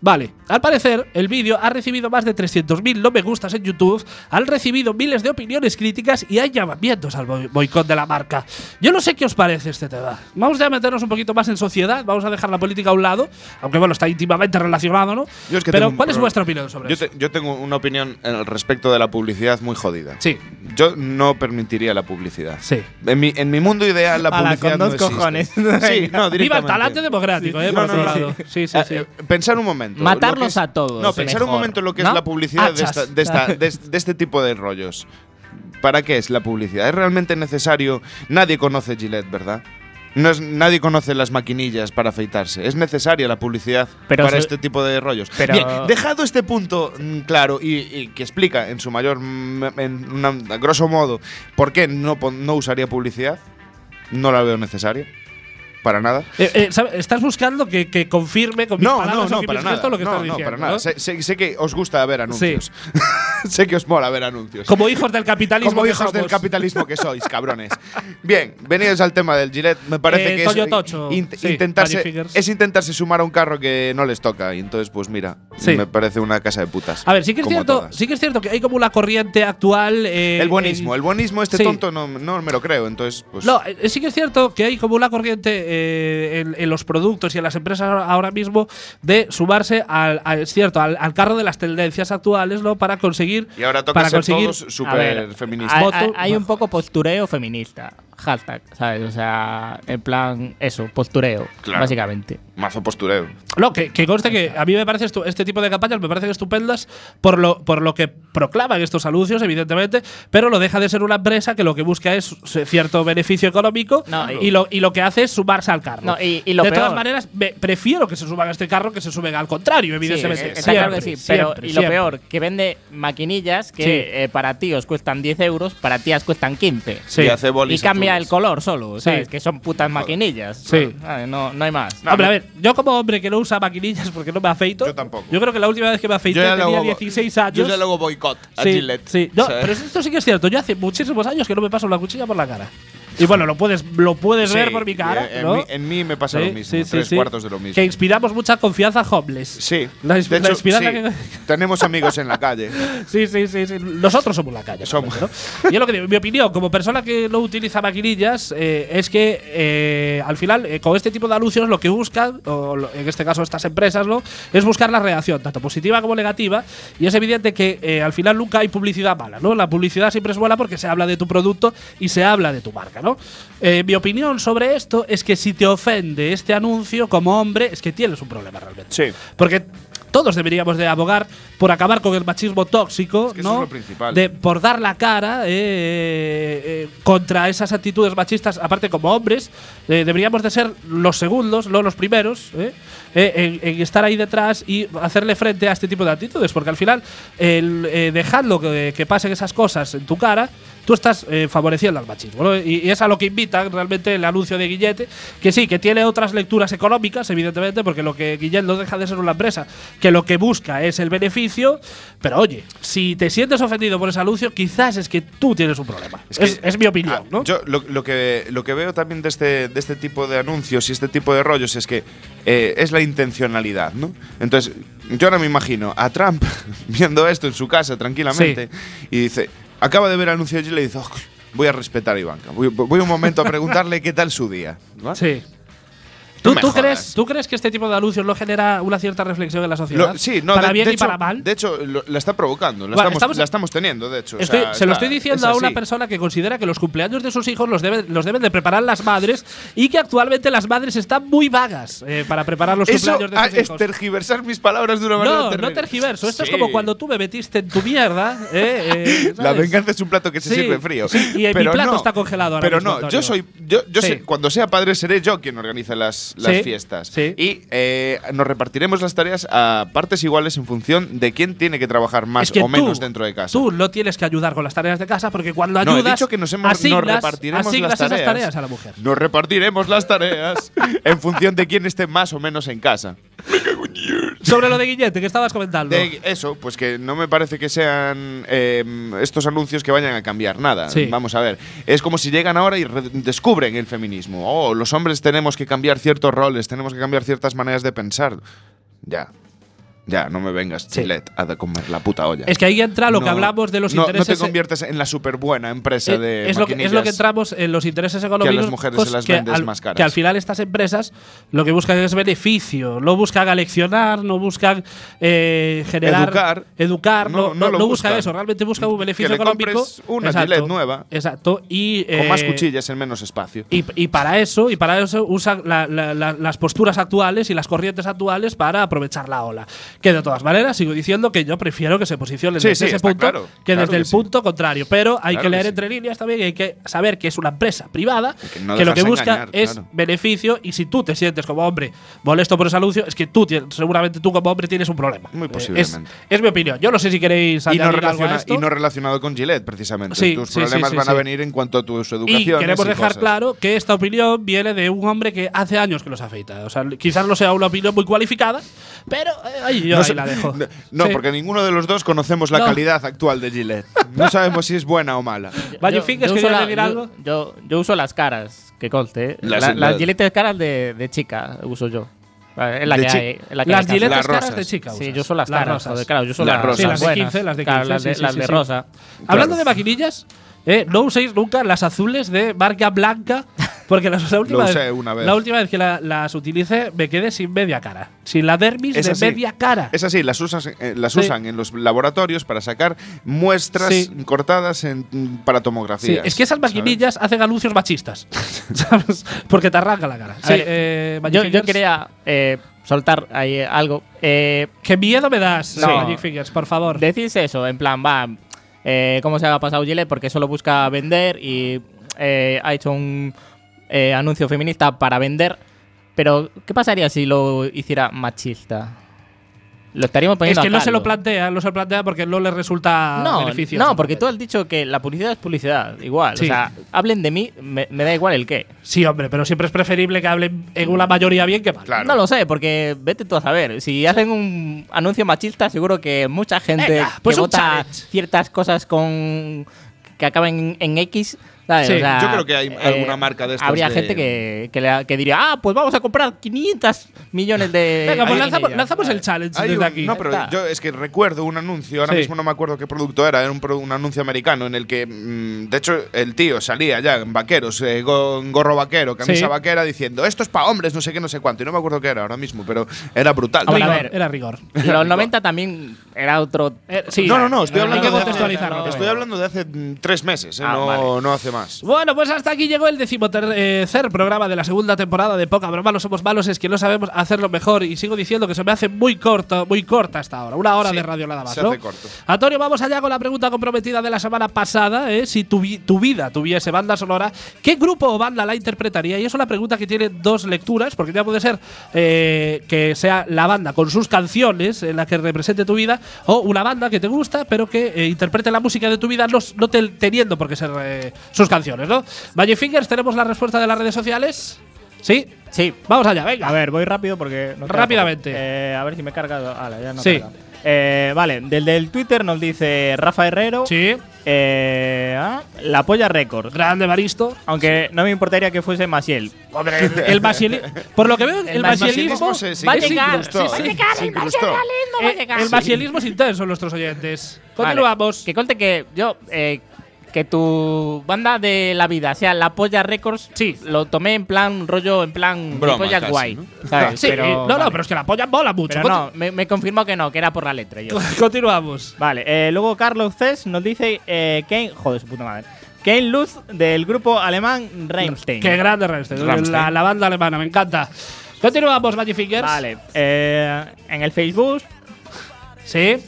Speaker 3: Vale, al parecer, el vídeo ha recibido más de 300.000 no me gustas en YouTube, han recibido miles de opiniones críticas y hay llamamientos al boi- boicot de la marca. Yo no sé qué os parece este tema. Vamos ya a meternos un poquito más en sociedad, vamos a dejar la política a un lado, aunque bueno, está íntimamente relacionado, ¿no?
Speaker 4: Yo es que tengo
Speaker 3: Pero,
Speaker 4: un
Speaker 3: ¿cuál es
Speaker 4: problema.
Speaker 3: vuestra opinión sobre
Speaker 4: Yo,
Speaker 3: eso?
Speaker 4: te- yo tengo una opinión al respecto de la publicidad muy jodida.
Speaker 3: Sí,
Speaker 4: Yo no permitiría la publicidad.
Speaker 3: sí.
Speaker 4: En mi, en mi mundo ideal, la
Speaker 1: Ala,
Speaker 4: publicidad.
Speaker 1: con
Speaker 4: no
Speaker 1: dos
Speaker 4: existe.
Speaker 1: cojones.
Speaker 4: Sí, no, directamente.
Speaker 3: Viva el talante democrático, ¿eh?
Speaker 4: No,
Speaker 3: por
Speaker 4: no,
Speaker 3: otro
Speaker 4: no, sí.
Speaker 3: lado. Sí, sí,
Speaker 4: Ah,
Speaker 3: sí.
Speaker 4: eh, pensar un momento.
Speaker 1: Matarlos
Speaker 4: lo que es-
Speaker 1: a todos,
Speaker 4: No, pensar un
Speaker 1: mejor,
Speaker 4: momento lo que
Speaker 1: ¿no?
Speaker 4: es la publicidad de,
Speaker 3: Hachas.
Speaker 4: esta- de esta- de es- de este tipo de rollos. ¿Para qué es la publicidad? ¿Es realmente necesario? Nadie conoce Gillette, ¿verdad? No es- nadie conoce las maquinillas para afeitarse. Es necesaria la publicidad
Speaker 1: Pero
Speaker 4: para
Speaker 1: se-
Speaker 4: este tipo de rollos.
Speaker 1: pero-
Speaker 4: Bien, dejado este punto mm, claro y, y que explica en su mayor, mm, en una- a grosso modo, por qué no, pon- no usaría publicidad, no la veo necesaria. Para nada.
Speaker 3: Eh, eh, ¿sabes? Estás buscando que, que confirme con mis
Speaker 4: No,
Speaker 3: palabras
Speaker 4: no,
Speaker 3: o
Speaker 4: no,
Speaker 3: que
Speaker 4: para
Speaker 3: mis
Speaker 4: nada.
Speaker 3: gestos lo que
Speaker 4: no,
Speaker 3: estás
Speaker 4: no,
Speaker 3: diciendo,
Speaker 4: para nada.
Speaker 3: ¿no?
Speaker 4: Sé, sé- sé que os gusta ver anuncios. sé que os mola ver anuncios.
Speaker 3: Como hijos del capitalismo.
Speaker 4: Como
Speaker 3: que
Speaker 4: hijos del
Speaker 3: somos.
Speaker 4: capitalismo que sois, cabrones. Bien, venidos al tema del Gillette, me parece
Speaker 3: Eh,
Speaker 4: que es,
Speaker 3: Toyo Tocho, sí,
Speaker 4: intentarse,
Speaker 3: Magnifickers.
Speaker 4: es intentarse sumar a un carro que no les toca. Y entonces, pues mira,
Speaker 3: Sí.
Speaker 4: me parece una casa de putas.
Speaker 3: A ver, sí que, es
Speaker 4: como
Speaker 3: cierto,
Speaker 4: todas.
Speaker 3: sí que es cierto que hay como una corriente actual. eh,
Speaker 4: el buenismo,
Speaker 3: en-
Speaker 4: el buenismo, este
Speaker 3: sí.
Speaker 4: tonto no, no me lo creo. Entonces, pues.
Speaker 3: No, eh, sí que es cierto que hay como una corriente eh, en, en los productos y en las empresas ahora- ahora mismo de sumarse al, al- es cierto, al, al carro de las tendencias actuales, ¿no? Para conseguir.
Speaker 4: y ahora toca
Speaker 3: para
Speaker 4: ser
Speaker 3: conseguir-
Speaker 4: todos
Speaker 1: A ver,
Speaker 4: súper
Speaker 1: hay-
Speaker 4: feministas.
Speaker 3: Voto-
Speaker 1: hay- hay un poco postureo feminista. Hashtag, ¿sabes? O sea, en plan, eso, postureo,
Speaker 4: Claro.
Speaker 1: básicamente.
Speaker 4: Mazo postureo.
Speaker 3: No, que, que conste que a mí me parece estu- este tipo de campañas me parecen estupendas por lo, por lo que proclaman estos anuncios, evidentemente, pero lo deja de ser una empresa que lo que busca es c- cierto beneficio económico
Speaker 1: No, y-
Speaker 3: y, lo, y lo que hace es sumarse al carro.
Speaker 1: No, y- y lo
Speaker 3: de todas
Speaker 1: peor-
Speaker 3: maneras, me- prefiero que se suban a este carro que se suben al contrario,
Speaker 1: Sí,
Speaker 3: evidentemente.
Speaker 1: está
Speaker 3: Siempre,
Speaker 1: claro que sí, pero
Speaker 3: siempre,
Speaker 1: y lo
Speaker 3: siempre.
Speaker 1: peor, que vende maquinillas que
Speaker 3: Sí.
Speaker 1: eh, para tíos cuestan 10 euros, para tías cuestan 15.
Speaker 3: Sí.
Speaker 4: Y hace bolis
Speaker 1: Y cambia cambia el color solo, ¿sabes?
Speaker 3: Sí.
Speaker 1: Que son putas maquinillas.
Speaker 3: Sí.
Speaker 1: Ah, No, no hay más.
Speaker 3: Hombre, a ver, yo como hombre que no usa maquinillas porque no me afeito.
Speaker 4: Yo tampoco.
Speaker 3: Yo creo que la última vez que me afeité
Speaker 5: Yo ya
Speaker 3: tenía
Speaker 5: luego-
Speaker 3: 16 años.
Speaker 5: Yo ya luego boicot a
Speaker 3: sí,
Speaker 5: Gillette.
Speaker 3: sí. No,
Speaker 5: ¿sabes?
Speaker 3: pero esto sí que es cierto. Yo hace muchísimos años que no me paso una cuchilla por la cara. Y bueno, lo puedes, lo puedes ver
Speaker 4: Sí,
Speaker 3: por mi
Speaker 4: y
Speaker 3: cara.
Speaker 4: en- En,
Speaker 3: ¿no?
Speaker 4: mí, en mí me pasa
Speaker 3: Sí,
Speaker 4: lo mismo,
Speaker 3: sí, sí,
Speaker 4: tres
Speaker 3: sí.
Speaker 4: cuartos de lo mismo.
Speaker 3: Que inspiramos mucha confianza homeless.
Speaker 4: Sí,
Speaker 3: La,
Speaker 4: de
Speaker 3: ins- la
Speaker 4: hecho,
Speaker 3: inspirada
Speaker 4: sí.
Speaker 3: que-
Speaker 4: tenemos amigos en la calle.
Speaker 3: Sí, sí, sí, sí. Nosotros somos la calle.
Speaker 4: Somos.
Speaker 3: realmente, ¿no? Y es lo que digo, mi opinión, como persona que no utiliza maquinillas, eh, es que eh, al final, eh, con este tipo de anuncios, lo que buscan, o lo- en este caso estas empresas, ¿no? es buscar la reacción, tanto positiva como negativa. Y es evidente que eh, al final nunca hay publicidad mala, ¿no? La publicidad siempre es buena porque se habla de tu producto y se habla de tu marca, ¿no? Eh, mi opinión sobre esto es que si te ofende este anuncio como hombre, es que tienes un problema realmente.
Speaker 4: Sí.
Speaker 3: Porque todos deberíamos de abogar por acabar con el machismo tóxico,
Speaker 4: Es que
Speaker 3: ¿no?
Speaker 4: eso es lo principal.
Speaker 3: De, por dar la cara eh, eh, contra esas actitudes machistas. Aparte, como hombres, eh, deberíamos de ser los segundos, no los primeros, eh, eh, en, en estar ahí detrás y hacerle frente a este tipo de actitudes. Porque al final, el, eh, dejando que, que pasen esas cosas en tu cara, tú estás eh, favoreciendo al machismo. ¿no? Y, y es a lo que invitan realmente el anuncio de Guillete, que sí, que tiene otras lecturas económicas, evidentemente, porque lo que Guillet no deja de ser una empresa, que lo que busca es el beneficio, pero oye, si te sientes ofendido por ese anuncio, quizás es que tú tienes un problema. Es,
Speaker 4: que-
Speaker 3: es mi opinión,
Speaker 4: Ah,
Speaker 3: ¿no?
Speaker 4: Yo lo, lo que, lo que veo también de este, de este tipo de anuncios y este tipo de rollos es que eh, es la intencionalidad, ¿no? Entonces, yo ahora me imagino a Trump viendo esto en su casa tranquilamente y dice, acaba de ver el anuncio y le dice, "Oh, voy a respetar a Ivanka, voy, voy un momento a preguntarle qué tal su día. ¿no?
Speaker 3: sí. ¿Tú,
Speaker 4: me
Speaker 3: tú
Speaker 4: jodas.
Speaker 3: crees, ¿Tú crees que este tipo de anuncios no genera una cierta reflexión en la sociedad?
Speaker 4: Lo- sí, no,
Speaker 3: para
Speaker 4: de,
Speaker 3: bien
Speaker 4: de
Speaker 3: y
Speaker 4: hecho,
Speaker 3: para mal.
Speaker 4: De hecho, lo- la está provocando, la,
Speaker 3: Bueno,
Speaker 4: estamos,
Speaker 3: estamos-
Speaker 4: la estamos teniendo, de hecho. o
Speaker 3: Estoy-
Speaker 4: sea,
Speaker 3: se lo
Speaker 4: está-
Speaker 3: estoy diciendo
Speaker 4: es
Speaker 3: a una
Speaker 4: así.
Speaker 3: persona que considera que los cumpleaños de sus hijos los deben, los deben de preparar las madres y que actualmente las madres están muy vagas eh, para preparar los
Speaker 4: Eso
Speaker 3: cumpleaños de
Speaker 4: ah,
Speaker 3: sus
Speaker 4: es
Speaker 3: hijos.
Speaker 4: tergiversar mis palabras de una manera
Speaker 3: No, no
Speaker 4: terrible.
Speaker 3: tergiverso. Esto
Speaker 4: Sí.
Speaker 3: es como cuando tú me metiste en tu mierda. eh, eh,
Speaker 4: La
Speaker 3: ¿sabes?
Speaker 4: venganza es un plato que se
Speaker 3: Sí,
Speaker 4: sirve frío.
Speaker 3: sí, y mi
Speaker 4: Pero
Speaker 3: plato
Speaker 4: no,
Speaker 3: está congelado ahora
Speaker 4: Pero
Speaker 3: mismo,
Speaker 4: no,
Speaker 3: Antonio.
Speaker 4: yo soy. Yo, yo
Speaker 3: Sí.
Speaker 4: sé- cuando sea padre, seré yo quien organiza las, las
Speaker 3: Sí,
Speaker 4: fiestas.
Speaker 3: sí.
Speaker 4: Y eh, nos repartiremos las tareas a partes iguales en función de quién tiene que trabajar más
Speaker 3: Es que
Speaker 4: o menos
Speaker 3: tú-
Speaker 4: dentro de casa.
Speaker 3: Tú no tienes que ayudar con las tareas de casa porque cuando
Speaker 4: No,
Speaker 3: ayudas.
Speaker 4: he dicho que nos, hemos, nos
Speaker 3: asignas,
Speaker 4: repartiremos
Speaker 3: asignas
Speaker 4: las tareas.
Speaker 3: esas tareas a la mujer.
Speaker 4: Nos repartiremos las tareas en función de quién esté más o menos en casa.
Speaker 3: Sobre lo de Guillete que estabas comentando.
Speaker 4: De eso, pues que no me parece que sean eh, estos anuncios que vayan a cambiar nada.
Speaker 3: Sí.
Speaker 4: Vamos a ver. Es como si llegan ahora y re- descubren el feminismo. Oh, los hombres tenemos que cambiar ciertos roles, tenemos que cambiar ciertas maneras de pensar. Ya. Ya, no me vengas,
Speaker 3: Sí.
Speaker 4: Chilet, a de comer la puta olla.
Speaker 3: Es que ahí entra lo que
Speaker 4: No,
Speaker 3: hablamos de los
Speaker 4: no,
Speaker 3: intereses.
Speaker 4: No te conviertes en la superbuena empresa
Speaker 3: Eh,
Speaker 4: de
Speaker 3: es, lo que, es lo que
Speaker 4: maquinillas.
Speaker 3: entramos en los intereses económicos.
Speaker 4: mujeres se las
Speaker 3: que
Speaker 4: vendes
Speaker 3: al-
Speaker 4: más caras.
Speaker 3: Que al final estas empresas lo que buscan es beneficio. No buscan aleccionar, no buscan eh, generar.
Speaker 4: Educar.
Speaker 3: educar,
Speaker 4: No,
Speaker 3: no,
Speaker 4: no lo
Speaker 3: no buscan
Speaker 4: buscan.
Speaker 3: eso. Realmente buscan un beneficio
Speaker 4: le compres
Speaker 3: económico.
Speaker 4: una Gillette nueva.
Speaker 3: Exacto. Y,
Speaker 4: Con más
Speaker 3: eh,
Speaker 4: cuchillas en menos espacio.
Speaker 3: Y, y para eso, y para eso usan la- la- la- las posturas actuales y las corrientes actuales para aprovechar la ola. Que de todas maneras sigo diciendo que yo prefiero que se posicionen
Speaker 4: Sí,
Speaker 3: desde
Speaker 4: sí,
Speaker 3: ese
Speaker 4: está
Speaker 3: punto
Speaker 4: claro,
Speaker 3: que
Speaker 4: claro
Speaker 3: desde
Speaker 4: que
Speaker 3: el
Speaker 4: sí.
Speaker 3: punto contrario. Pero hay
Speaker 4: Claro
Speaker 3: que leer
Speaker 4: que sí.
Speaker 3: entre líneas también y hay que saber que es una empresa privada
Speaker 4: que no
Speaker 3: lo que
Speaker 4: dejarse
Speaker 3: busca
Speaker 4: engañar,
Speaker 3: es
Speaker 4: claro.
Speaker 3: beneficio y si tú te sientes como hombre molesto por ese anuncio, es que tú tienes- seguramente tú como hombre tienes un problema. Eh,
Speaker 4: Muy
Speaker 3: es-
Speaker 4: posiblemente.
Speaker 3: es, mi opinión. Yo no sé si queréis
Speaker 4: Y no,
Speaker 3: añadir algo a
Speaker 4: relaciona-
Speaker 3: esto.
Speaker 4: y no relacionado con Gillette, precisamente.
Speaker 3: Sí,
Speaker 4: tus
Speaker 3: sí, sí,
Speaker 4: problemas
Speaker 3: sí,
Speaker 4: van a
Speaker 3: sí.
Speaker 4: venir en cuanto a tus
Speaker 3: Y
Speaker 4: educaciones.
Speaker 3: queremos dejar
Speaker 4: cosas.
Speaker 3: claro que esta opinión viene de un hombre que hace años que los afeita. O sea, quizás no sea una opinión muy cualificada, pero eh, ahí yo
Speaker 4: No
Speaker 3: ahí
Speaker 4: sé-
Speaker 3: la dejo.
Speaker 4: No, no,
Speaker 3: Sí.
Speaker 4: porque ninguno de los dos conocemos la
Speaker 3: No.
Speaker 4: calidad actual de Gillette. No sabemos si es buena o mala.
Speaker 3: Vallufín, ¿quieres que
Speaker 1: uso
Speaker 3: yo
Speaker 1: la-
Speaker 3: añadir
Speaker 1: yo-
Speaker 3: algo?
Speaker 1: Yo, yo uso las caras, que conste. eh.
Speaker 4: Las-
Speaker 1: La- las
Speaker 4: las-
Speaker 1: giletes caras de, de chica uso yo. Ah, Es la
Speaker 4: De
Speaker 1: que
Speaker 4: chi-
Speaker 1: hay. es la que
Speaker 3: Las
Speaker 1: hay
Speaker 3: giletes
Speaker 1: casi.
Speaker 4: Las
Speaker 3: caras
Speaker 4: rosas.
Speaker 3: de chica.
Speaker 1: Sí,
Speaker 3: usas.
Speaker 1: yo uso las,
Speaker 3: Las
Speaker 1: caras.
Speaker 3: rosas.
Speaker 1: joder, claro, yo uso
Speaker 4: Las
Speaker 1: las,
Speaker 4: rosas.
Speaker 1: rosas.
Speaker 4: Sí, las de
Speaker 3: 15, las de 15,
Speaker 1: las de,
Speaker 3: sí,
Speaker 1: las
Speaker 3: sí,
Speaker 1: de
Speaker 3: sí.
Speaker 1: rosa.
Speaker 3: Hablando
Speaker 4: Claro.
Speaker 3: de maquinillas, eh, no uséis nunca las azules de marca blanca, porque las- la, última,
Speaker 4: usé
Speaker 3: vez,
Speaker 4: una vez.
Speaker 3: la última vez que la- las utilice me quedé sin media cara. Sin la dermis
Speaker 4: Es
Speaker 3: de
Speaker 4: así.
Speaker 3: media cara.
Speaker 4: Es así, las, usas- eh, las
Speaker 3: Sí.
Speaker 4: usan en los laboratorios para sacar muestras
Speaker 3: Sí.
Speaker 4: cortadas en- para
Speaker 3: Sí,
Speaker 4: tomografías.
Speaker 3: es que esas
Speaker 4: ¿sabes?
Speaker 3: maquinillas hacen anuncios machistas. ¿Sabes? Porque te arranca la cara. A
Speaker 1: Sí.
Speaker 3: ver, eh, Magic
Speaker 1: Yo, yo
Speaker 3: Fingers,
Speaker 1: quería eh, soltar ahí eh, algo. Eh,
Speaker 3: Qué miedo me das,
Speaker 1: No.
Speaker 3: Magic Fingers, por favor.
Speaker 1: decís eso, en plan, va, eh, ¿cómo se ha pasado Gillette? Porque solo busca vender y eh, ha hecho un eh, anuncio feminista para vender. Pero, ¿qué pasaría si lo hiciera machista? Lo estaríamos
Speaker 3: Es
Speaker 1: poniendo
Speaker 3: que
Speaker 1: a
Speaker 3: no se
Speaker 1: caldo.
Speaker 3: lo plantea, no se lo plantea porque no le resulta
Speaker 1: No,
Speaker 3: beneficioso.
Speaker 1: no, porque tú has dicho que la publicidad es publicidad, igual.
Speaker 3: Sí.
Speaker 1: O sea, hablen de mí, me, me da igual el qué.
Speaker 3: Sí, hombre, pero siempre es preferible que hablen en una mayoría bien que mal.
Speaker 4: Claro.
Speaker 1: No lo sé, porque vete tú a saber. Si hacen un anuncio machista, seguro que mucha gente
Speaker 3: Venga, pues
Speaker 1: que
Speaker 3: un
Speaker 1: vota
Speaker 3: challenge.
Speaker 1: ciertas cosas con que acaben en, en X. ¿sabes?
Speaker 3: Sí,
Speaker 1: O sea,
Speaker 4: yo creo que hay alguna marca de estas
Speaker 1: Habría
Speaker 4: de-
Speaker 1: gente que, que, le- que diría, ah, pues vamos a comprar 500 millones de.
Speaker 3: Venga, pues
Speaker 1: Ahí
Speaker 3: lanzamos,
Speaker 1: viene ya,
Speaker 3: lanzamos el
Speaker 1: ¿sabes?
Speaker 3: challenge
Speaker 4: Hay
Speaker 3: desde
Speaker 4: un-
Speaker 3: aquí.
Speaker 4: No, pero
Speaker 1: Está.
Speaker 4: yo es que recuerdo un anuncio, ahora
Speaker 3: Sí.
Speaker 4: mismo no me acuerdo qué producto era, era un, pro- un anuncio americano en el que, mm, de hecho, el tío salía ya en vaqueros, eh, go- en gorro vaquero, camisa
Speaker 3: Sí.
Speaker 4: vaquera, diciendo, esto es para hombres, no sé qué, no sé cuánto, y no me acuerdo qué era ahora mismo, pero era brutal.
Speaker 1: Hombre,
Speaker 3: Rigor,
Speaker 1: a ver.
Speaker 3: Era rigor.
Speaker 1: Los 90 también era otro.
Speaker 3: Eh, sí,
Speaker 4: no, no, no, estoy
Speaker 3: hay
Speaker 4: hablando,
Speaker 3: que
Speaker 4: de
Speaker 3: contextualizarlo.
Speaker 4: hace, estoy hablando de hace mm, tres meses, eh,
Speaker 1: Ah,
Speaker 4: no,
Speaker 1: vale.
Speaker 4: no hace más.
Speaker 3: Bueno, pues hasta aquí llegó el decimotercer programa de la segunda temporada de Poca Broma. No somos malos, es que no sabemos hacerlo mejor. Y sigo diciendo que se me hace muy corto, muy corta hasta ahora. Una hora
Speaker 4: Sí,
Speaker 3: de radio nada más,
Speaker 4: se
Speaker 3: ¿no?
Speaker 4: hace corto.
Speaker 3: Antonio, vamos allá con la pregunta comprometida de la semana pasada. ¿eh? Si tu, vi- tu vida tuviese banda sonora, ¿qué grupo o banda la interpretaría? Y es una pregunta que tiene dos lecturas, porque ya puede ser eh, que sea la banda con sus canciones en la que represente tu vida, o una banda que te gusta, pero que eh, interprete la música de tu vida no, s- no te- teniendo por qué ser eh, sus canciones, ¿no? Magic Fingers, ¿tenemos la respuesta de las redes sociales? ¿Sí?
Speaker 1: Sí.
Speaker 3: Vamos allá, venga.
Speaker 7: A ver, voy rápido porque. nos queda
Speaker 3: Rápidamente.
Speaker 7: poco. Eh, a ver si me he cargado. Ala, ya no
Speaker 3: Sí.
Speaker 7: carga. Eh, vale, del del Twitter nos dice Rafa Herrero.
Speaker 3: Sí.
Speaker 7: Eh, ah, la polla récord.
Speaker 3: Grande Baristo.
Speaker 7: Aunque Eh, no me importaría que fuese Masiel.
Speaker 3: El Basieli. Por lo que veo, el,
Speaker 4: basielismo
Speaker 3: basielismo
Speaker 4: se- se
Speaker 3: va a
Speaker 4: incrustó,
Speaker 3: llegar.
Speaker 4: ¿eh?
Speaker 3: Sí, sí.
Speaker 4: Se incrustó.
Speaker 3: Eh, el marcialismo es intenso en nuestros oyentes.
Speaker 1: Vale.
Speaker 3: Continuamos.
Speaker 1: Que conte que yo, eh, que tu banda de la vida sea La Polla Records, sí. lo tomé en plan rollo, en plan
Speaker 4: Broma,
Speaker 1: mi polla es
Speaker 4: casi,
Speaker 1: guay.
Speaker 4: ¿no?
Speaker 7: Ah,
Speaker 1: ¿sabes?
Speaker 3: Sí,
Speaker 1: pero,
Speaker 3: no, no, pero es que la polla mola mucho.
Speaker 1: pero no, me, me confirmó que no, que era por la letra. Yo.
Speaker 3: Conti- Continuamos.
Speaker 7: Vale, eh, luego Carlos Cés nos dice eh, Kane. Joder, su puta madre. Kane Luz del grupo alemán Rammstein.
Speaker 3: Qué grande Rammstein.
Speaker 4: Rammstein.
Speaker 3: La, la banda alemana, me encanta. Continuamos, Magic Fingers.
Speaker 7: Vale, eh, en el Facebook
Speaker 3: Sí.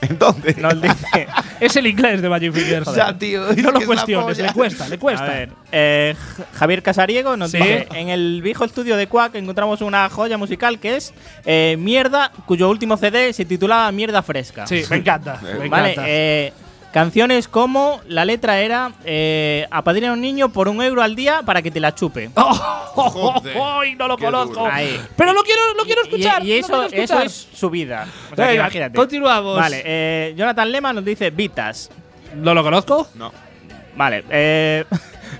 Speaker 4: Entonces,
Speaker 7: nos dice.
Speaker 3: Es el inglés de Magic Fingers.
Speaker 4: ya, tío,
Speaker 3: no lo
Speaker 4: es que es la
Speaker 3: cuestiones,
Speaker 4: polla.
Speaker 3: le cuesta, le cuesta.
Speaker 7: A ver, eh, J- Javier Casariego nos
Speaker 3: Pues Sí.
Speaker 7: dice: En el viejo estudio de Quack encontramos una joya musical que es eh, Mierda, cuyo último CD se titulaba Mierda Fresca.
Speaker 3: Sí, me encanta. me
Speaker 7: Ah. vale,
Speaker 3: encanta.
Speaker 7: eh, canciones como la letra era eh, Apadrina a un niño por un euro al día para que te la chupe.
Speaker 3: Oh, oh, oh,
Speaker 4: Joder,
Speaker 3: oh, y no lo
Speaker 4: qué
Speaker 3: conozco.
Speaker 4: duro.
Speaker 7: Ahí.
Speaker 3: Pero lo quiero, lo quiero
Speaker 7: Y-
Speaker 3: escuchar.
Speaker 7: Y,
Speaker 3: lo
Speaker 7: eso,
Speaker 3: quiero
Speaker 7: eso
Speaker 3: escuchar.
Speaker 7: es su vida. O sea, que
Speaker 3: Venga,
Speaker 7: imagínate.
Speaker 3: continuamos.
Speaker 7: Vale, eh, Jonathan Lema nos dice Vitas.
Speaker 3: ¿No lo conozco?
Speaker 4: No.
Speaker 7: Vale, eh,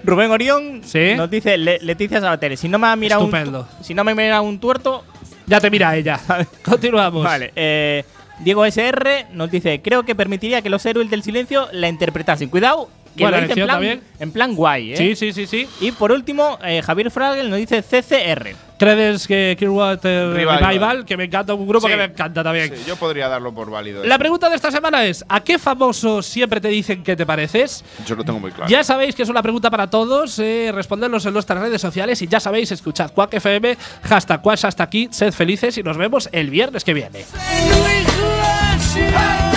Speaker 7: Rubén Orión
Speaker 3: Sí.
Speaker 7: nos dice Le- Leticia Sabater. Si no me ha mirado un tu-
Speaker 3: Estupendo.
Speaker 7: si no me ha mirado un tuerto,
Speaker 3: Ya te mira ella. Continuamos.
Speaker 7: Vale, eh, Diego SR nos dice, creo que permitiría que los héroes del silencio la interpretasen. Cuidado, que
Speaker 3: Buena
Speaker 7: lo dice en
Speaker 3: elección
Speaker 7: plan,
Speaker 3: también.
Speaker 7: en plan guay, ¿eh?
Speaker 3: Sí, sí, sí, sí.
Speaker 7: Y por último, eh, Javier Fragel nos dice CCR.
Speaker 3: Credes que Clearwater
Speaker 4: Revival.
Speaker 3: Revival, que me encanta, un grupo
Speaker 4: Sí.
Speaker 3: que me encanta también.
Speaker 4: Sí, yo podría darlo por válido.
Speaker 3: La pregunta de esta semana es: ¿a qué famoso siempre te dicen que te pareces?
Speaker 4: Yo lo tengo muy claro.
Speaker 3: Ya sabéis que es una pregunta para todos. Eh, respondernos en nuestras redes sociales y ya sabéis, escuchad Quack FM, hashtag Quack hasta aquí, sed felices y nos vemos el viernes que viene.
Speaker 8: Say we crush it.